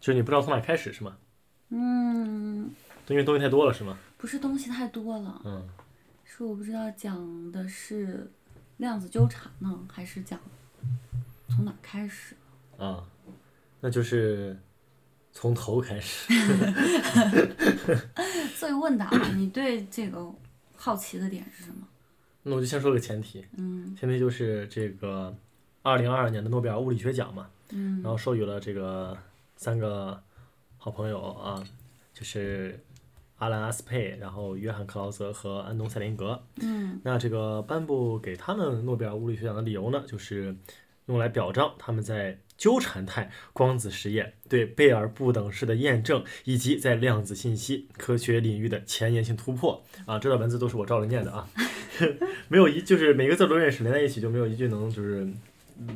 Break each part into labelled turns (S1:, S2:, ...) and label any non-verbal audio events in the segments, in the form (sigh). S1: 就是你不知道从哪开始是吗？
S2: 嗯，
S1: 因为东西太多了是吗？
S2: 不是东西太多了，
S1: 嗯，
S2: 是我不知道讲的是量子纠缠呢，还是讲从哪儿开始？ (coughs)
S1: 啊，那就是从头开始。
S2: 所以问答，你对这个好奇的点是什么？
S1: 那我就先说个前提，
S2: 嗯
S1: 前提就是这个二零二二年的诺贝尔物理学奖嘛，
S2: 嗯
S1: 然后授予了这个三个好朋友啊，就是阿兰·阿斯佩，然后约翰·克劳泽和安东·塞林格。
S2: 嗯
S1: 那这个颁布给他们诺贝尔物理学奖的理由呢，就是用来表彰他们在纠缠态光子实验对贝尔不等式的验证，以及在量子信息科学领域的前沿性突破。啊，这段文字都是我照着念的啊， (laughs) 没有一就是每个字都认识，连在一起就没有一句能就是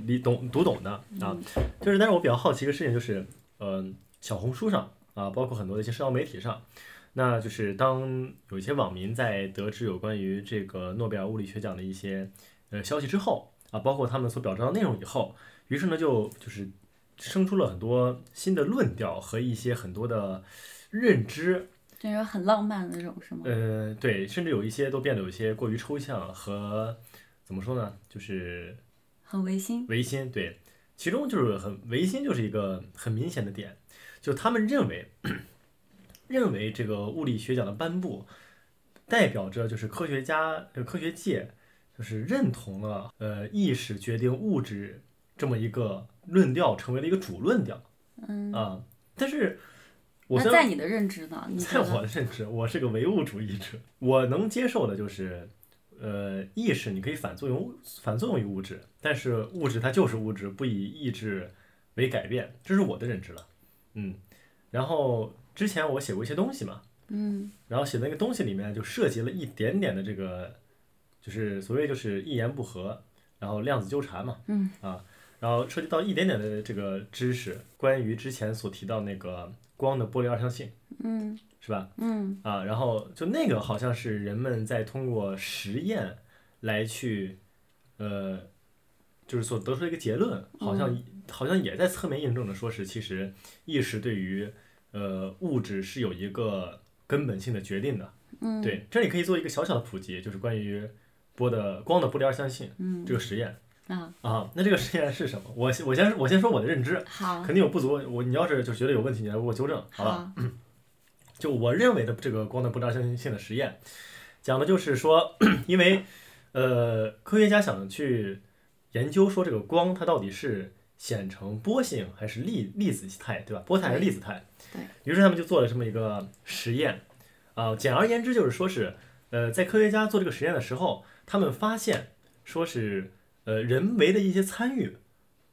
S1: 理懂读懂的啊。就是，但是我比较好奇一个事情，就是嗯、小红书上啊，包括很多的一些社交媒体上。那就是当有一些网民在得知有关于这个诺贝尔物理学奖的一些呃消息之后啊，包括他们所表彰的内容以后，于是呢就就是生出了很多新的论调和一些很多的认知，
S2: 就是很浪漫的那种，是吗？
S1: 呃，对，甚至有一些都变得有些过于抽象和怎么说呢，就是
S2: 很违心。
S1: 唯心，对，其中就是很唯心就是一个很明显的点，就他们认为认为这个物理学奖的颁布代表着就是科学家呃科学界就是认同了呃意识决定物质这么一个论调成为了一个主论调
S2: 嗯，
S1: 啊、但是我
S2: 那
S1: 虽然
S2: 在你的认知呢？你觉
S1: 在 (laughs) 我
S2: 得
S1: 的认知，我是个唯物主义者，我能接受的就是，呃，意识你可以反作用物反作用于物质，但是物质它就是物质，不以意志为改变，这是我的认知了。嗯，然后之前我写过一些东西嘛，
S2: 嗯
S1: 然后写的那个东西里面就涉及了一点点的这个，就是所谓就是一言不合，然后量子纠缠嘛，
S2: 嗯
S1: 啊，然后涉及到一点点的这个知识，关于之前所提到那个光的玻璃二象性，
S2: 嗯
S1: 是吧？
S2: 嗯
S1: 啊，然后就那个好像是人们在通过实验来去，呃，就是所得出的一个结论，好像、好像也在侧面印证着，说是其实意识对于呃物质是有一个根本性的决定的。
S2: 嗯，
S1: 对，这里可以做一个小小的普及，就是关于波的光的布里二象性
S2: 嗯
S1: 这个实验
S2: 啊
S1: 啊。那这个实验是什么？我先我先我先说我的认知，
S2: 好
S1: 肯定有不足。我你要是就觉得有问题，你来给我纠正，好吧？
S2: 好
S1: 就我认为的这个光的布达相性的实验，讲的就是说， (clears throat) 因为呃，科学家想去研究说这个光它到底是显成波性还是粒粒子态，对吧？波态还是粒子态？
S2: 对
S1: 于是他们就做了这么一个实验，啊、简而言之就是说是，呃，在科学家做这个实验的时候，他们发现说是呃人为的一些参与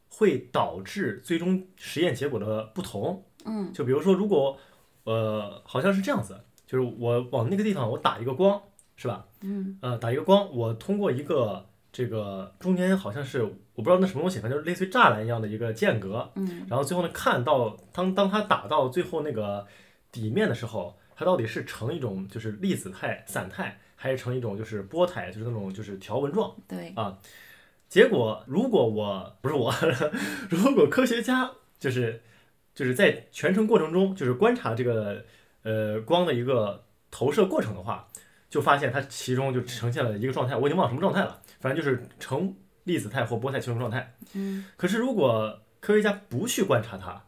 S1: 会导致最终实验结果的不同。
S2: 嗯
S1: 就比如说，如果呃，好像是这样子，就是我往那个地方我打一个光，是吧？
S2: 嗯
S1: 呃，打一个光，我通过一个这个中间好像是我不知道那什么东西，反正就是类似于栅栏一样的一个间隔，
S2: 嗯
S1: 然后最后呢，看到当当它打到最后那个底面的时候，它到底是呈一种就是粒子态、散态，还是呈一种就是波态，就是那种就是条纹状。
S2: 对
S1: 结果，如果我不是我， (laughs) 如果科学家就是就是在全程过程中，就是观察这个呃光的一个投射过程的话，就发现它其中就呈现了一个状态，我已经忘了什么状态了，反正就是呈粒子态或波态其中状态。
S2: 嗯
S1: 可是如果科学家不去观察它，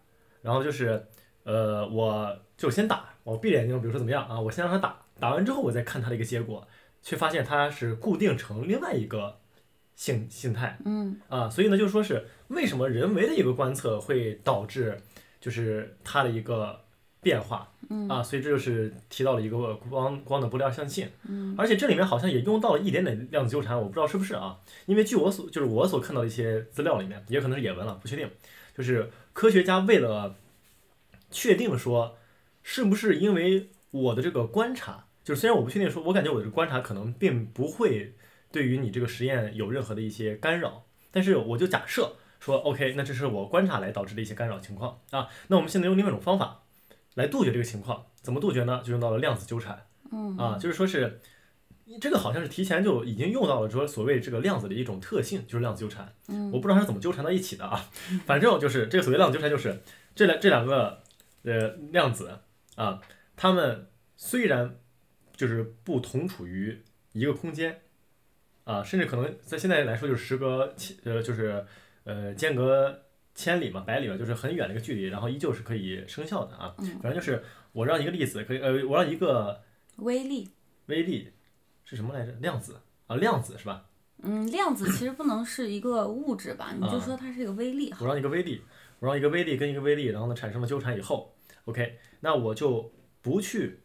S1: 然后就是呃，我就先打，我闭着眼睛，比如说怎么样啊，我先让它打，打完之后我再看它的一个结果，却发现它是固定成另外一个性性态。
S2: 嗯
S1: 啊，所以呢，就说是为什么人为的一个观测会导致就是它的一个变化，
S2: 嗯
S1: 啊，所以这就是提到了一个光光的不亮相性，
S2: 嗯
S1: 而且这里面好像也用到了一点点量子纠缠，我不知道是不是啊，因为据我所就是我所看到的一些资料里面，也可能是野文了，不确定，就是科学家为了确定说是不是因为我的这个观察，就是虽然我不确定说，我感觉我的观察可能并不会对于你这个实验有任何的一些干扰，但是我就假设说，OK，那这是我观察来导致的一些干扰情况啊，那我们现在用另外一种方法来杜绝这个情况，怎么杜绝呢？就用到了量子纠缠。
S2: 嗯
S1: 啊，就是说是这个好像是提前就已经用到了说所谓这个量子的一种特性，就是量子纠缠。
S2: 嗯
S1: 我不知道它是怎么纠缠到一起的啊，反正就是这个所谓量子纠缠，就是这两这两个呃量子啊，他们虽然就是不同处于一个空间啊，甚至可能在现在来说就是时隔千呃就是呃间隔千里嘛百里嘛，就是很远的一个距离，然后依旧是可以生效的啊。
S2: 嗯，
S1: 反正就是我让一个粒子可以呃我让一个
S2: 微粒，
S1: 微粒是什么来着？量子啊量子是吧？
S2: 嗯，量子其实不能是一个物质吧，你就
S1: 啊
S2: 说它是一个微粒好
S1: 我让一个微粒，我让一个微粒跟一个微粒，然后呢产生了纠缠以后，OK，那我就不去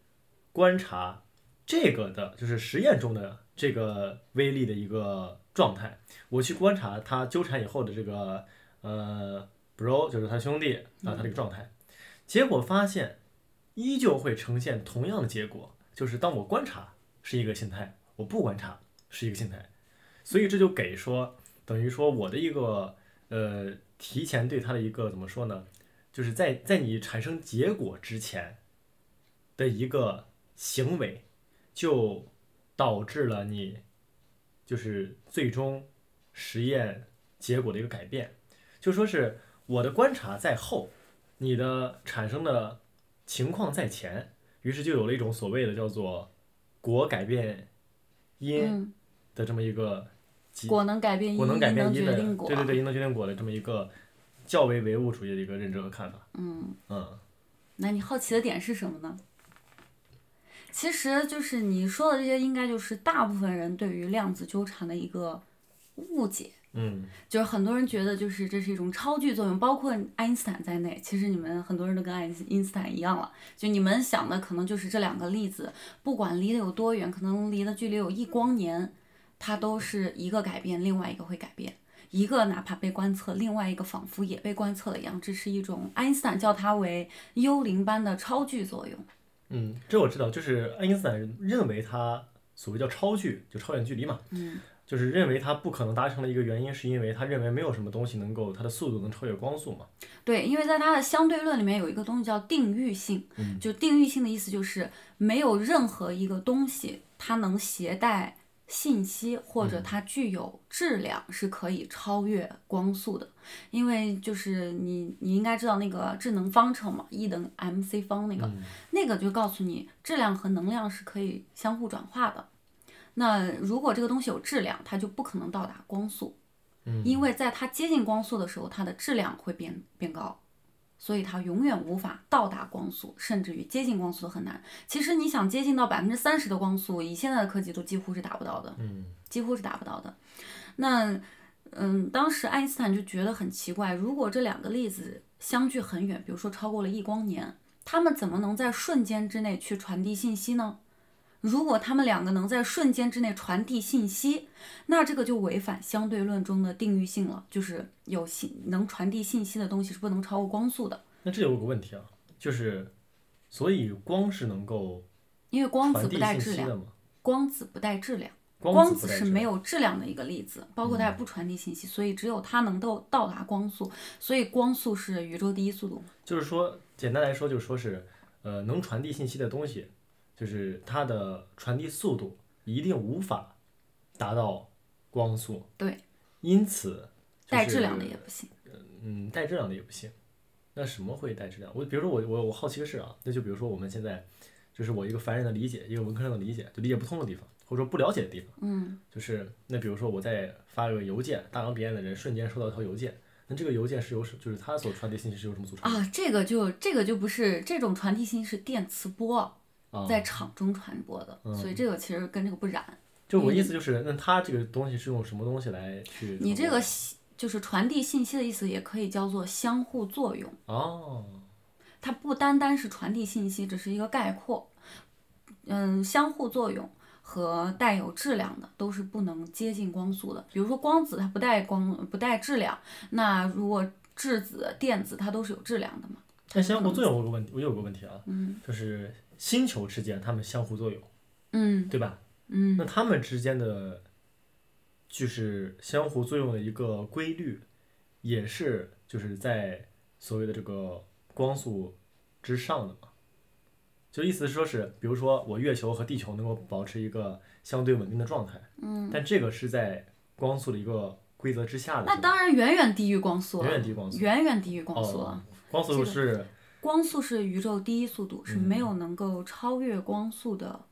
S1: 观察这个的，就是实验中的这个微粒的一个状态，我去观察它纠缠以后的这个呃 bro，就是他兄弟啊，他这个状态，结果发现依旧会呈现同样的结果，就是当我观察是一个心态，我不观察是一个心态，所以这就给说等于说我的一个呃提前对他的一个怎么说呢，就是在在你产生结果之前的一个行为，就导致了你就是最终实验结果的一个改变，就说是我的观察在后，你的产生的情况在前，于是就有了一种所谓的叫做果改变因
S2: 嗯，
S1: 的这么一个集
S2: 果能改变因，
S1: 我能改变
S2: 因
S1: 因
S2: 能
S1: 的，
S2: 决定果。
S1: 对对对，因能决定果的这么一个较为唯物主义的一个认知和看法。
S2: 嗯，
S1: 嗯，
S2: 那你好奇的点是什么呢？其实就是你说的这些，应该就是大部分人对于量子纠缠的一个误解，
S1: 嗯，
S2: 就是很多人觉得就是这是一种超距作用，包括爱因斯坦在内，其实你们很多人都跟爱因斯坦一样了，就你们想的可能就是这两个粒子，不管离得有多远，可能离的距离有一光年，它都是一个改变，另外一个会改变。一个哪怕被观测，另外一个仿佛也被观测了一样，这是一种爱因斯坦叫它为幽灵般的超距作用。
S1: 嗯，这我知道，就是爱因斯坦认为他所谓叫超距，就超远距离嘛，
S2: 嗯，
S1: 就是认为他不可能达成的一个原因，是因为他认为没有什么东西能够它的速度能超越光速嘛。
S2: 对，因为在它的相对论里面有一个东西叫定域性，
S1: 嗯
S2: 就定域性的意思就是没有任何一个东西它能携带信息或
S1: 嗯
S2: 者它具有质量是可以超越光速的，因为就是你你应该知道那个智能方程嘛，E 等于 mc 方那个，
S1: 嗯
S2: 那个就告诉你质量和能量是可以相互转化的。那如果这个东西有质量，它就不可能到达光速，
S1: 嗯
S2: 因为在它接近光速的时候，它的质量会变变高，所以它永远无法到达光速，甚至于接近光速都很难。其实你想接近到百分之三十的光速，以现在的科技都几乎是达不到的。
S1: 嗯
S2: 几乎是达不到的。那，嗯，当时爱因斯坦就觉得很奇怪，如果这两个粒子相距很远，比如说超过了一光年，他们怎么能在瞬间之内去传递信息呢？如果他们两个能在瞬间之内传递信息，那这个就违反相对论中的定域性了，就是有信能传递信息的东西是不能超过光速的，
S1: 那这有个问题啊，就是所以光是能够
S2: 因为光子
S1: 传
S2: 不
S1: 递
S2: 带
S1: 信
S2: 质
S1: 息
S2: 量，
S1: 的吗？
S2: 光子不带质量。
S1: 光
S2: 光
S1: 子不
S2: 子
S1: 带
S2: 是
S1: 质
S2: 没
S1: 量，嗯
S2: 有质量的一个粒子，包括它也不传递信息，所以只有它能够到达光速，所以光速是宇宙第一速度。
S1: 就是说简单来说，就是说是呃能传递信息的东西，就是它的传递速度一定无法达到光速，
S2: 对，
S1: 因此、就是、
S2: 带质量的也不行。
S1: 嗯，带质量的也不行。那什么会带质量？我比如说我我我好奇个事啊，那就比如说我们现在就是我一个凡人的理解，一个文科生的理解，就理解不通的地方，或者说不了解的地方，
S2: 嗯
S1: 就是那比如说我在发个邮件，大洋彼岸的人瞬间收到一条邮件，那这个邮件是由什，就是它所传递信息是由什么组成的？
S2: 啊，这个就这个就不是这种传递信息是电磁波
S1: 啊，
S2: 在场中传播的，
S1: 嗯
S2: 所以这个其实跟这个不染。
S1: 就我意思就是，那它这个东西是用什么东西来去传播的？
S2: 嗯你这个信就是传递信息的意思，也可以叫做相互作用。
S1: 哦，
S2: 它不单单是传递信息，只是一个概括。嗯，相互作用和带有质量的都是不能接近光速的。比如说光子它不带光不带质量，那如果质子、电子它都是有质量的嘛。
S1: 那相互作
S2: 嗯
S1: 用我有个问题，我有个问题啊，就是星球之间它们相互作用，
S2: 嗯
S1: 对吧？
S2: 嗯
S1: 那它们之间的就是相互作用的一个规律，也是就是在所谓的这个光速之上的嘛。就意思是说是，比如说我月球和地球能够保持一个相对稳定的状态，
S2: 嗯，
S1: 但这个是在光速的一个规则之下的，
S2: 那
S1: 是吧
S2: 当然远远低于光速
S1: 远
S2: 了，
S1: 远低于光速。
S2: 远远低于光速了啊
S1: 哦。，光速是
S2: 光速是宇宙第一速度，是没有能够超越光速的，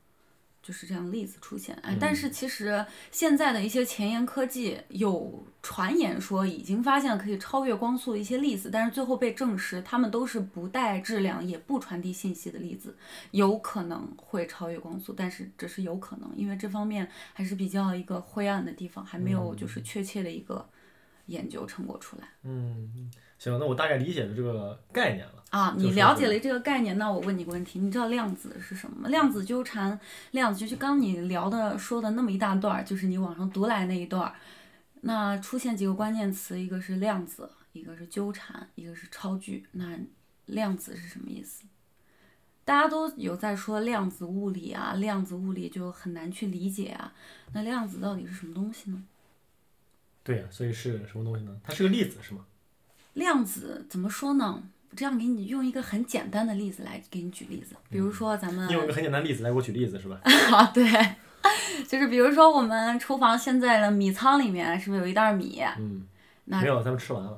S2: 就是这样例子出现。哎，但是其实现在的一些前沿科技有传言说已经发现了可以超越光速的一些粒子，但是最后被证实它们都是不带质量也不传递信息的粒子，有可能会超越光速，但是只是有可能，因为这方面还是比较一个灰暗的地方，还没有就是确切的一个研究成果出来。
S1: 嗯，行，那我大概理解了这个概念了。
S2: 啊，
S1: 就
S2: 你
S1: 是
S2: 了
S1: 这
S2: 解了这个概念，那我问你个问题，你知道量子是什么吗？量子纠缠，量子就就刚你聊的说的那么一大段儿，就是你网上读来那一段儿，那出现几个关键词，一个是量子，一个是纠缠，一个是超距。那量子是什么意思？大家都有在说量子物理啊，量子物理就很难去理解啊。那量子到底是什么东西呢？
S1: 对啊呀、所以是什么东西呢？它是个粒子
S2: 嗯
S1: 是吗？
S2: 量子怎么说呢？这样给你用一个很简单的例子来给你举例子，比如说咱
S1: 嗯
S2: 们
S1: 你用一个很简单的例子来给我举例子是吧？
S2: 啊， (laughs) 对，就是比如说我们厨房现在的米仓里面是不是有一袋米？
S1: 嗯，
S2: 那
S1: 没有，咱们吃完
S2: (laughs)
S1: 了。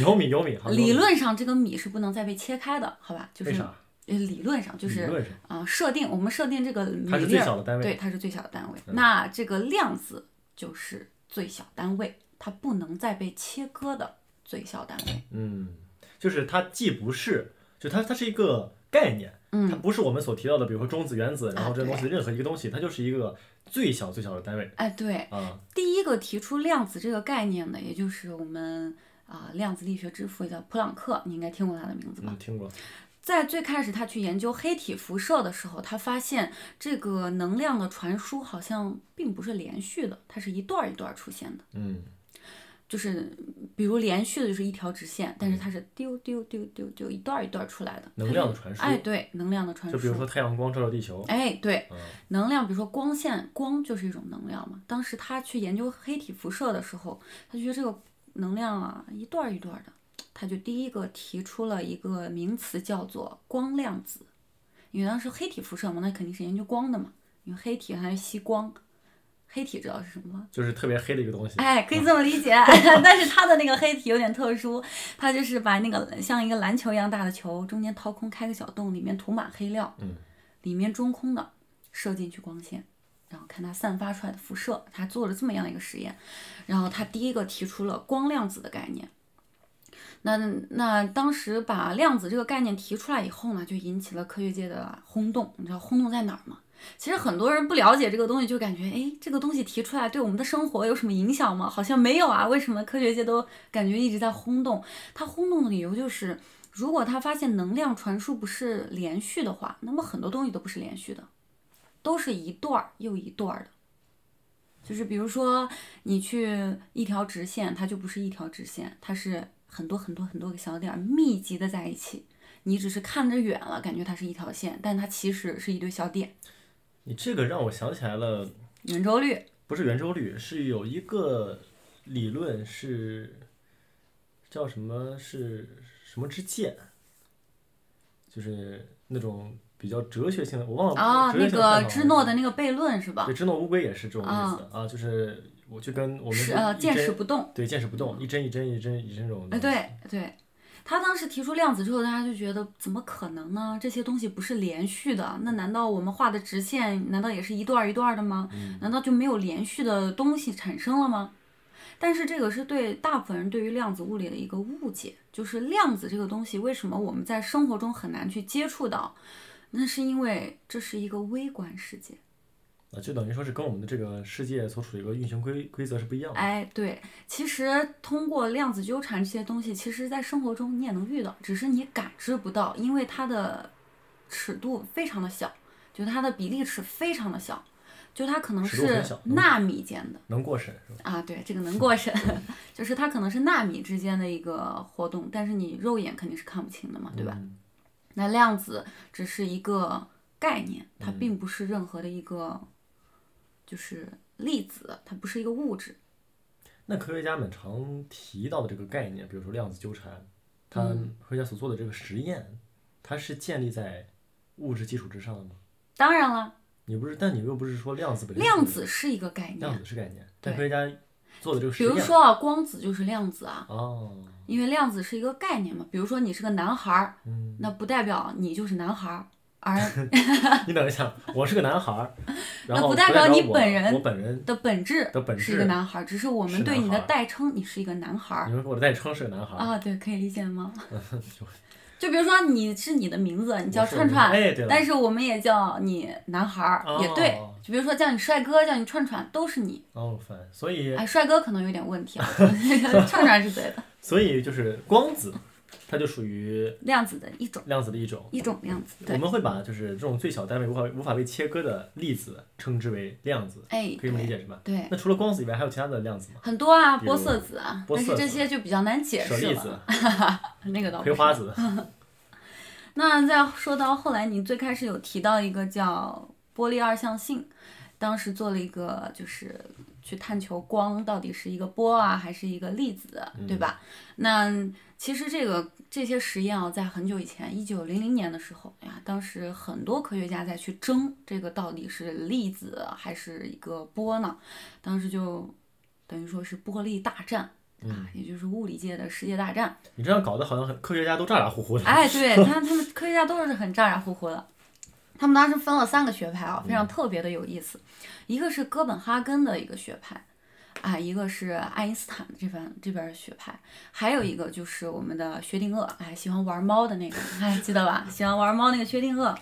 S1: 有米有米，好
S2: 理
S1: 有米
S2: 论上这个米是不能再被切开的，好吧？就
S1: 为
S2: 是
S1: 啥？
S2: 呃理论上就
S1: 理
S2: 是
S1: 论上
S2: 啊、设定我们设定这个米
S1: 它是
S2: 粒
S1: 最
S2: 儿
S1: 小的单位。嗯
S2: 对，它是最小的单位。那这个量子就是最小单位，它不能再被切割的最小单位。
S1: 嗯，就是它既不是，就它它是一个概念，它
S2: 嗯，
S1: 不是我们所提到的，比如说中子、原子，然后这
S2: 啊
S1: 东西任何一个东西，它就是一个最小最小的单位
S2: 哎，对，
S1: 啊。
S2: 第一个提出量子这个概念的，也就是我们啊、量子力学之父也叫普朗克，你应该听过他的名字吧？
S1: 嗯，听过。
S2: 在最开始他去研究黑体辐射的时候，他发现这个能量的传输好像并不是连续的，它是一段儿一段儿出现的。
S1: 嗯
S2: 就是比如连续的就是一条直线，但是它是丢丢丢丢丢一段儿一段儿出来的。
S1: 嗯能量的传输
S2: 它是哎，对，能量的传输。
S1: 就比如说太阳光照到地球，
S2: 哎，对
S1: 嗯，
S2: 能量，比如说光线，光就是一种能量嘛。当时他去研究黑体辐射的时候，他觉得这个能量啊，一段儿一段儿的，他就第一个提出了一个名词叫做光量子，因为当时黑体辐射嘛，那肯定是研究光的嘛，因为黑体它是吸光，黑体知道是什么吗？
S1: 就是特别黑的一个东西。嗯
S2: 哎，可以这么理解，哎但是它的那个黑体有点特殊，它就是把那个像一个篮球一样大的球，中间掏空开个小洞，里面涂满黑料，
S1: 嗯，
S2: 里面中空的射进去光线，然后看它散发出来的辐射，他做了这么样一个实验，然后他第一个提出了光量子的概念。那那当时把量子这个概念提出来以后呢，就引起了科学界的轰动。你知道轰动在哪儿吗？其实很多人不了解这个东西，就感觉哎，这个东西提出来对我们的生活有什么影响吗？好像没有啊。为什么科学界都感觉一直在轰动？它轰动的理由就是，如果他发现能量传输不是连续的话，那么很多东西都不是连续的，都是一段儿又一段儿的。就是比如说，你去一条直线，它就不是一条直线，它是很多很多很多个小点儿密集的在一起。你只是看着远了，感觉它是一条线，但它其实是一堆小点。
S1: 你这个让我想起来了，
S2: 圆周率，
S1: 不是圆周率，是有一个理论是叫什么是什么之箭，就是那种比较哲学哦性的，我忘了
S2: 啊，
S1: 哲学
S2: 那
S1: 性的探讨
S2: 个芝诺的那个悖论是吧
S1: 对，？芝诺乌龟也是这种意思的啊，就是我就跟我们
S2: 是
S1: 说
S2: 呃，
S1: 一
S2: 见
S1: 针嗯
S2: 识不动。
S1: 对见识不动，一针一针一针一针这种东
S2: 哎，
S1: 西，
S2: 对对，他当时提出量子之后，大家就觉得怎么可能呢？这些东西不是连续的，那难道我们画的直线难道也是一段儿一段儿的吗？
S1: 嗯
S2: 难道就没有连续的东西产生了吗？但是这个是对大部分人对于量子物理的一个误解，就是量子这个东西为什么我们在生活中很难去接触到？那是因为这是一个微观世界。
S1: 啊，就等于说是跟我们的这个世界所处的一个运行规规则是不一样的。
S2: 哎，对，其实通过量子纠缠这些东西，其实在生活中你也能遇到，只是你感知不到，因为它的尺度非常的小，就它的比例尺非常的小，就它可能
S1: 尺度
S2: 是
S1: 很小嗯
S2: 纳米间的。
S1: 能过审是吧？
S2: 啊，对，这个能过审， (laughs) 就是它可能是纳米之间的一个活动，但是你肉眼肯定是看不清的嘛，对吧？
S1: 嗯
S2: 那量子只是一个概念，它
S1: 嗯
S2: 并不是任何的一个，就是粒子，它不是一个物质。
S1: 那科学家们常提到的这个概念，比如说量子纠缠，他
S2: 嗯
S1: 科学家所做的这个实验，它是建立在物质基础之上的吗？
S2: 当然了，
S1: 你不是，但你又不是说量子本身是
S2: 量子是一个概念
S1: 量，子是概念，
S2: 对
S1: 但科学家做的这个
S2: 比
S1: 实
S2: 如
S1: 验。
S2: 说啊，光子就是量子啊，
S1: 哦，
S2: 因为量子是一个概念嘛。比如说你是个男孩儿，
S1: 嗯，
S2: 那不代表你就是男孩儿，而
S1: (laughs) 你等一下，我是个男孩
S2: (laughs)
S1: 儿，然
S2: 那
S1: 后
S2: 不代
S1: 表
S2: 表你
S1: 我
S2: 本人
S1: 我本人
S2: 的本质
S1: 的本质
S2: 是一个男孩儿，只是我
S1: 是
S2: 们对你
S1: 男
S2: 的
S1: 孩儿
S2: 代称，你是一个男孩儿
S1: 你们给我的代称是个男孩儿，
S2: 啊。对，可以理解
S1: (laughs)
S2: 吗？就比如说你是你的名字，你
S1: 你
S2: 叫串串，
S1: 哎，对了，
S2: 但是我们也叫你男孩儿，
S1: 哦
S2: 也对。就比如说叫你帅哥，叫你串串，都是你。
S1: 哦，烦，所以
S2: 哎，帅哥可能有点问题啊， (laughs) 串串是对的，
S1: 所以就是光子，它就属于
S2: 量子的一种，
S1: 量子的一种。
S2: 一种量子。
S1: 我
S2: 对，
S1: 们会把就是这种最小单位无法无法被切割的粒子称之为量子，
S2: 哎，
S1: 可以这么理
S2: 对
S1: 解是吧？
S2: 对，
S1: 那除了光子以外，还有其他的量子吗？
S2: 很多啊，
S1: 比如
S2: 玻色子啊，
S1: 玻
S2: 但
S1: 色
S2: 是这
S1: 子
S2: 些就比较难解
S1: 舍
S2: 释
S1: 利
S2: 了。啊
S1: 子、
S2: 那个
S1: (laughs)
S2: 倒
S1: 葵
S2: 不是。
S1: 花子，
S2: 那再说到后来，你最开始有提到一个叫波粒二象性，当时做了一个就是去探求光到底是一个波啊，还是一个粒子，对吧？那其实这个这些实验啊，在很久以前，一九零零年的时候，哎呀，当时很多科学家在去争这个到底是粒子还是一个波呢？当时就等于说是波粒大战。对吧？也就是物理界的世界大战。
S1: 你这样搞得好像很科学家都咋咋呼呼的。
S2: 哎，对他他们科学家都是很咋咋呼呼的。他们当时分了三个学派啊，非常特别的有意思。一个是哥本哈根的一个学派，啊，一个是爱因斯坦这边这边的学派，还有一个就是我们的薛定谔，哎，喜欢玩猫的那个，哎，记得吧？喜欢玩猫那个薛定谔。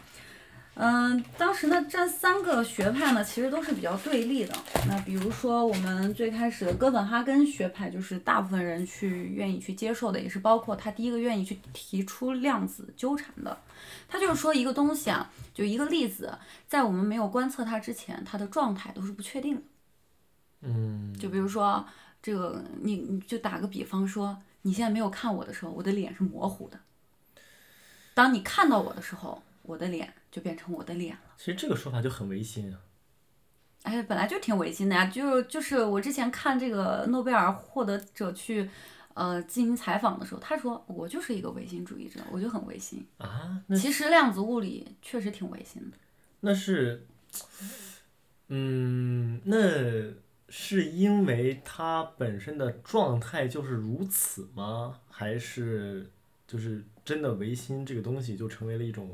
S2: 嗯，当时呢，这三个学派呢，其实都是比较对立的。那比如说，我们最开始的哥本哈根学派，就是大部分人去愿意去接受的，也是包括他第一个愿意去提出量子纠缠的。他就是说，一个东西啊，就一个粒子，在我们没有观测它之前，它的状态都是不确定的。
S1: 嗯，
S2: 就比如说，这个你你就打个比方说，你现在没有看我的时候，我的脸是模糊的；当你看到我的时候，我的脸就变成我的脸了。
S1: 其实这个说法就很违心啊。
S2: 哎，本来就挺违心的呀，就就是我之前看这个诺贝尔获得者去，呃，进行采访的时候，他说我就是一个唯心主义者，我就很唯心。
S1: 啊，
S2: 其实量子物理确实挺唯心的，
S1: 那是，嗯，那是因为它本身的状态就是如此吗？还是就是真的唯心这个东西就成为了一种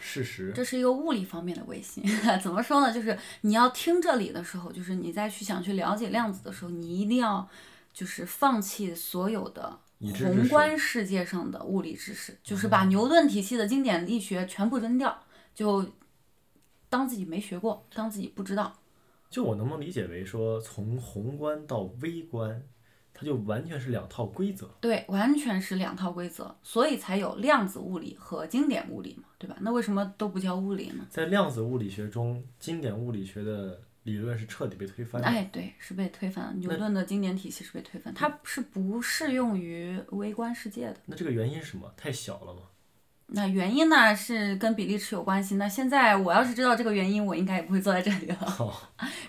S1: 事实？
S2: 这是一个物理方面的唯心。 (laughs) 怎么说呢？就是你要听这里的时候，就是你再去想去了解量子的时候，你一定要就是放弃所有的
S1: 已知知
S2: 宏
S1: 识哦
S2: 观世界上的物理知识，就是把牛顿体系的经典力学全部扔掉，就当自己没学过，当自己不知道。
S1: 就我能不能理解为说，从宏观到微观，它就完全是两套规则？
S2: 对，完全是两套规则，所以才有量子物理和经典物理嘛，对吧？那为什么都不叫物理呢？
S1: 在量子物理学中，经典物理学的理论是彻底被推翻的。
S2: 哎，对，是被推翻了。牛顿的经典体系是被推翻，它是不适用于微观世界的。
S1: 那这个原因是什么？太小了吗？ (laughs)
S2: 那原因呢是跟比例尺有关系。那现在我要是知道这个原因，我应该也不会坐在这里了。
S1: 哦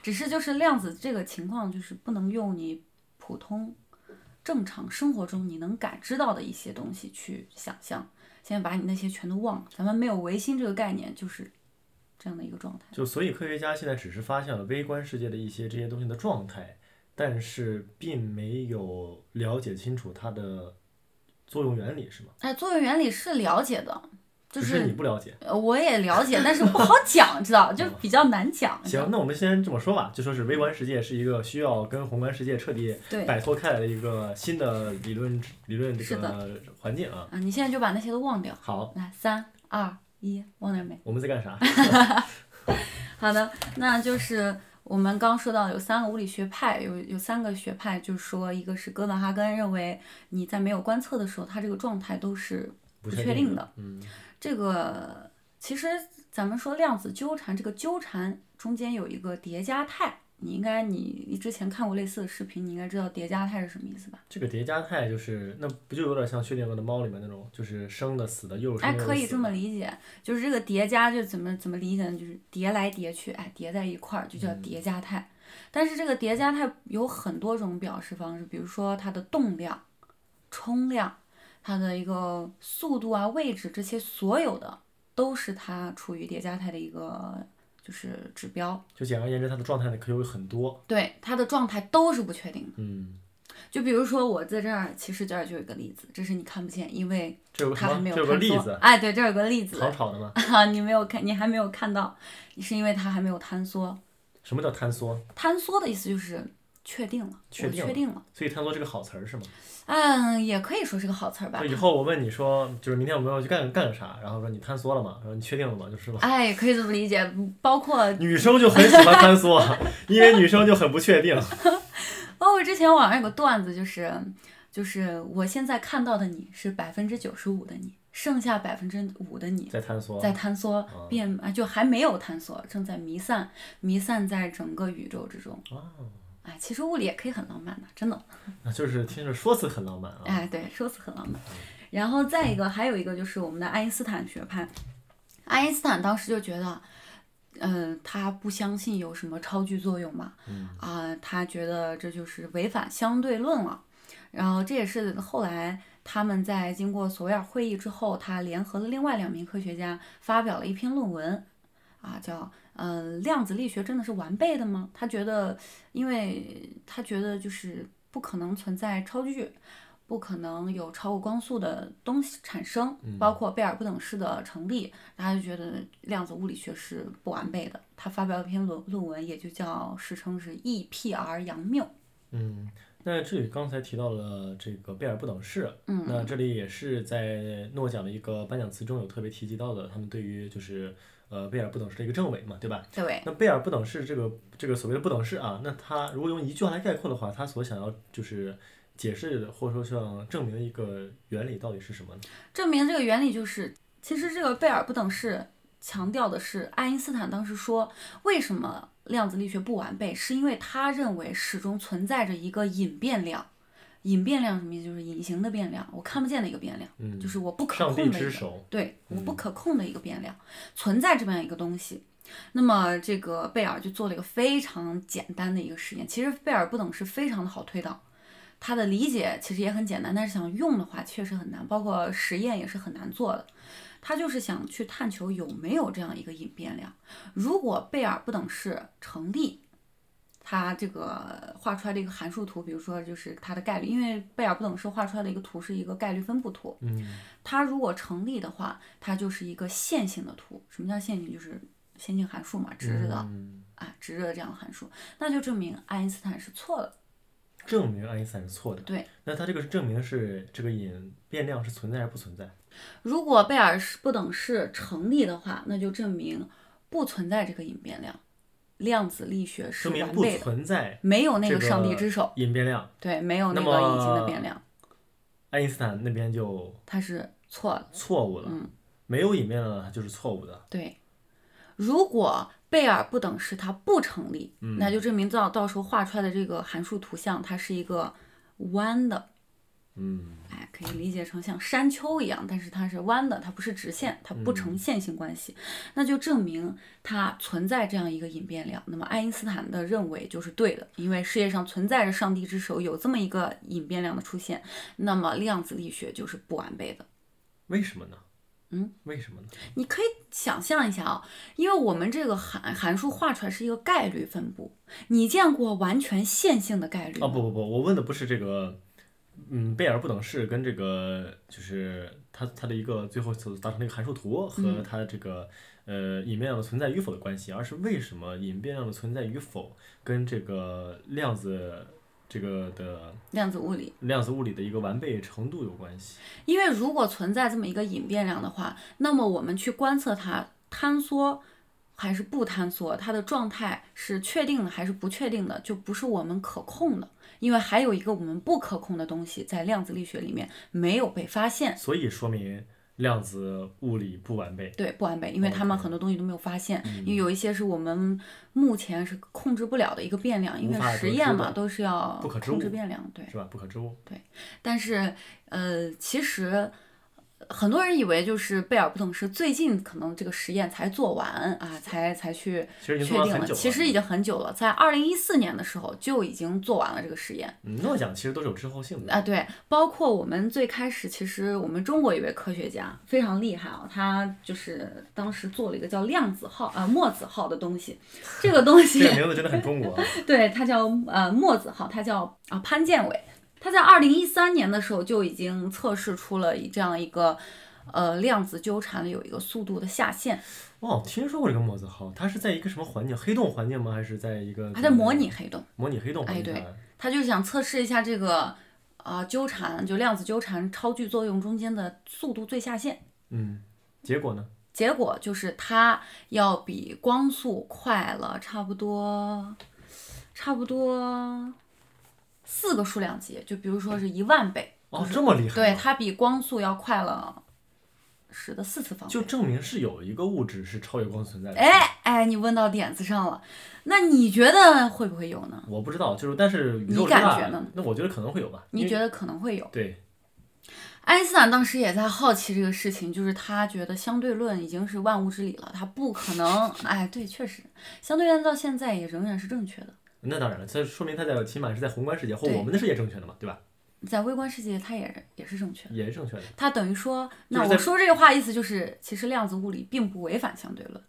S2: 只是就是量子这个情况，就是不能用你普通正常生活中你能感知到的一些东西去想象。现在把你那些全都忘了，咱们没有唯心这个概念，就是这样的一个状态。
S1: 就所以科学家现在只是发现了微观世界的一些这些东西的状态，但是并没有了解清楚它的作用原理，是吗？
S2: 哎，作用原理是了解的，就
S1: 只是你
S2: 是
S1: 不了解。
S2: 呃我也了解，但是不好讲，知道就比较难讲。
S1: 行，，那我们先这么说吧，就说是微观世界是一个需要跟宏观世界彻底
S2: 对
S1: 摆脱开来的一个新的理论理论这
S2: 是
S1: 个环境啊。
S2: 啊，你现在就把那些都忘掉。
S1: 好，
S2: 来，三二一，忘掉没？
S1: 我们在干啥？
S2: 好的，那就是我们刚说到有三个物理学派，有有三个学派，就是说一个是哥本哈根认为你在没有观测的时候，它这个状态都是
S1: 不
S2: (laughs) 不确定
S1: 的
S2: 的。
S1: 嗯，
S2: 这个。其实咱们说量子纠缠，这个纠缠中间有一个叠加态，你应该你你之前看过类似的视频，你应该知道叠加态是什么意思吧？
S1: 这个叠加态就是，那不就有点像薛定谔的猫里面那种，就是生的死的，又生
S2: 哎，
S1: 又死的。
S2: 可以这么理解，就是这个叠加就怎么怎么理解呢？就是叠来叠去，哎，叠在一块儿
S1: 嗯
S2: 就叫叠加态。但是这个叠加态有很多种表示方式，比如说它的动量、冲量、它的一个速度啊、位置这些所有的都是它处于叠加态的一个就是指标，
S1: 就简而言之，它的状态呢可以有很多。
S2: 对它的状态都是不确定的。
S1: 嗯，
S2: 就比如说我在这儿，其实这儿就有一个例子，这是你看不见，因为
S1: 这有个什
S2: 它还没
S1: 么？
S2: 有
S1: 这有
S2: 看
S1: 个例
S2: 错
S1: 子，
S2: 哎，对，这有个例子
S1: 唐朝的吗？
S2: 啊，你没有看，你还没有看到，是因为它还没有坍缩。
S1: 什么叫坍缩？
S2: 坍缩的意思就是确定了，
S1: 确
S2: 我
S1: 定
S2: 确
S1: 了
S2: 定了，
S1: 所以坍缩是个好词儿是吗？
S2: 嗯，也可以说是个好词儿吧
S1: 就。以后我问你说，就是明天我们要去干干个啥，然后说你坍缩了吗？然后你确定了吗？就是吧。
S2: 哎，可以这么理解，包括
S1: 女生就很喜欢坍缩，因为女生就很不确定。
S2: 包括之前网上有个段子，就是就是我现在看到的你是百分之九十五的你，剩下百分之五的你
S1: 在坍缩，
S2: 在坍缩
S1: 哦
S2: 变啊，就还没有坍缩，正在弥散，弥散在整个宇宙之中。
S1: 哦
S2: 哎，其实物理也可以很浪漫的，真的。
S1: 啊就是听着说辞很浪漫啊。
S2: 哎，对，说辞很浪漫。然后再一个，还有一个就是我们的爱因斯坦学派，爱因斯坦当时就觉得，嗯、他不相信有什么超距作用嘛，啊、他觉得这就是违反相对论了。然后这也是后来他们在经过索维尔会议之后，他联合了另外两名科学家发表了一篇论文，啊，叫嗯、呃量子力学真的是完备的吗？他觉得，因为他觉得就是不可能存在超距，不可能有超过光速的东西产生，
S1: 嗯
S2: 包括贝尔不等式的成立，他就觉得量子物理学是不完备的。他发表了一篇论论文，也就叫史称是 E EPR 佯谬。
S1: 嗯，那这里刚才提到了这个贝尔不等式，
S2: 嗯
S1: 那这里也是在诺奖的一个颁奖词中有特别提及到的，他们对于就是呃贝尔不等式的一个证伪嘛，对吧？
S2: 对，
S1: 那贝尔不等式这个这个所谓的不等式啊，那它如果用一句话来概括的话，它所想要就是解释的或者说想证明的一个原理到底是什么呢？
S2: 证明这个原理就是，其实这个贝尔不等式强调的是，爱因斯坦当时说，为什么量子力学不完备，是因为他认为始终存在着一个隐变量。隐变量什么意思？就是隐形的变量，我看不见的一个变量，
S1: 嗯，
S2: 就是我不可
S1: 上
S2: 控
S1: 帝
S2: 的一个
S1: 之手，
S2: 对，我不
S1: 嗯
S2: 可控的一个变量，存在这么样一个东西。那么这个贝尔就做了一个非常简单的一个实验。其实贝尔不等式非常的好推导，它的理解其实也很简单，但是想用的话确实很难，包括实验也是很难做的。他就是想去探求有没有这样一个隐变量。如果贝尔不等式成立，它这个画出来的一个函数图，比如说就是它的概率，因为贝尔不等式画出来的一个图是一个概率分布图，
S1: 嗯，
S2: 它如果成立的话，它就是一个线性的图。什么叫线性？就是线性函数嘛，直着的、
S1: 嗯
S2: 啊，直着的这样的函数，那就证明爱因斯坦是错的。
S1: 证明爱因斯坦是错的。
S2: 对，
S1: 那它这个是证明是这个引变量是存在还是不存在？
S2: 如果贝尔不等式成立的话，那就证明不存在这个隐变量，量子力学是
S1: 证明
S2: 完
S1: 不
S2: 备的，
S1: 存在
S2: 没有那
S1: 这
S2: 个
S1: 个
S2: 上帝之手，
S1: 引变量，
S2: 对，没有那
S1: 那
S2: 个隐形的
S1: 么
S2: 变量，
S1: 爱因斯坦那边就
S2: 它是错的。
S1: 错误了。
S2: 嗯
S1: 没有引变量它就是错误的。
S2: 对，如果贝尔不等式它不成立，那就证明到到时候画出来的这个函数图像它是一个弯的，
S1: 嗯，
S2: 哎，可以理解成像山丘一样，但是它是弯的，它不是直线，它不成线性关系，那就证明它存在这样一个隐变量。那么爱因斯坦的认为就是对的，因为世界上存在着上帝之手，有这么一个隐变量的出现，那么量子力学就是不完备的。
S1: 为什么呢？
S2: 嗯，
S1: 为什么呢？
S2: 你可以想象一下啊，因为我们这个函函数画出来是一个概率分布，你见过完全线性的概率
S1: 啊、
S2: 吗？
S1: 不不不，我问的不是这个，嗯，贝尔不等式跟这个就是它它的一个最后所达成的一个函数图
S2: 嗯
S1: 和它这个、呃引变量的存在与否的关系，而是为什么引变量的存在与否跟这个量子这个的
S2: 量子物理，
S1: 量子物理的一个完备程度有关系。
S2: 因为如果存在这么一个隐变量的话，那么我们去观测它坍缩还是不坍缩，它的状态是确定的还是不确定的，就不是我们可控的，因为还有一个我们不可控的东西在量子力学里面没有被发现。
S1: 所以说明量子物理不完备。
S2: 对，不完备，因为他们
S1: OK 嗯
S2: 很多东西都没有发现，因为有一些是我们目前是控制不了的一个变量，因
S1: 无
S2: 为
S1: 法
S2: 实
S1: 得
S2: 验
S1: 知
S2: 嘛
S1: 的
S2: 都是要
S1: 不可知
S2: 控制
S1: 物
S2: 变量，对。
S1: 是吧？不可知物。
S2: 但是呃，其实很多人以为就是贝尔不等式最近可能这个实验才做完啊，才才去
S1: 其实已经
S2: 确
S1: 做
S2: 定
S1: 了很
S2: 了。
S1: 久了。
S2: 其实已经很久了，在二零一四年的时候就已经做完了这个实验
S1: 嗯，诺奖其实都是有滞后性的。
S2: 啊。对，包括我们最开始，其实我们中国有一位科学家非常厉害啊，他就是当时做了一个叫量子号啊、墨子号的东西，这个东西
S1: 这个名字真的很中国啊。
S2: 对，他叫呃墨子号，他叫啊潘建伟，他在二零一三年的时候就已经测试出了这样一个呃量子纠缠的有一个速度的下限，
S1: 哦，听说过这个墨子号，它是在一个什么环境？黑洞环境吗？还是在一个？
S2: 他在模拟黑洞，
S1: 模拟黑洞环境
S2: 哎对
S1: 下来。
S2: 他就是想测试一下这个啊、纠缠，就量子纠缠超距作用中间的速度最下限。
S1: 嗯，结果呢？
S2: 结果就是它要比光速快了差不多，差不多四个数量级，就比如说是一万倍。
S1: 哦，这么厉害、
S2: 对，，它比光速要快了十的四次方。
S1: 就证明是有一个物质是超越光速存在的。
S2: 哎哎，你问到点子上了，那你觉得会不会有呢？
S1: 我不知道，就是但是宇宙
S2: 你
S1: 之大
S2: 感觉呢？
S1: 那我觉得可能会有吧。因
S2: 你
S1: 为
S2: 觉得可能会有？
S1: 对，
S2: 爱因斯坦当时也在好奇这个事情，就是他觉得相对论已经是万物之理了，他不可能。哎，对，确实，相对论到现在也仍然是正确的，
S1: 那当然了，这说明它在起码是在宏观世界或
S2: 对
S1: 我们的世界正确的嘛，对吧？
S2: 在微观世界它也也是正确的。
S1: 也是正确的。
S2: 它等于说，
S1: 就
S2: 那
S1: 是
S2: 我
S1: 在
S2: 说这个话意思就是，其实量子物理并不违反相对论。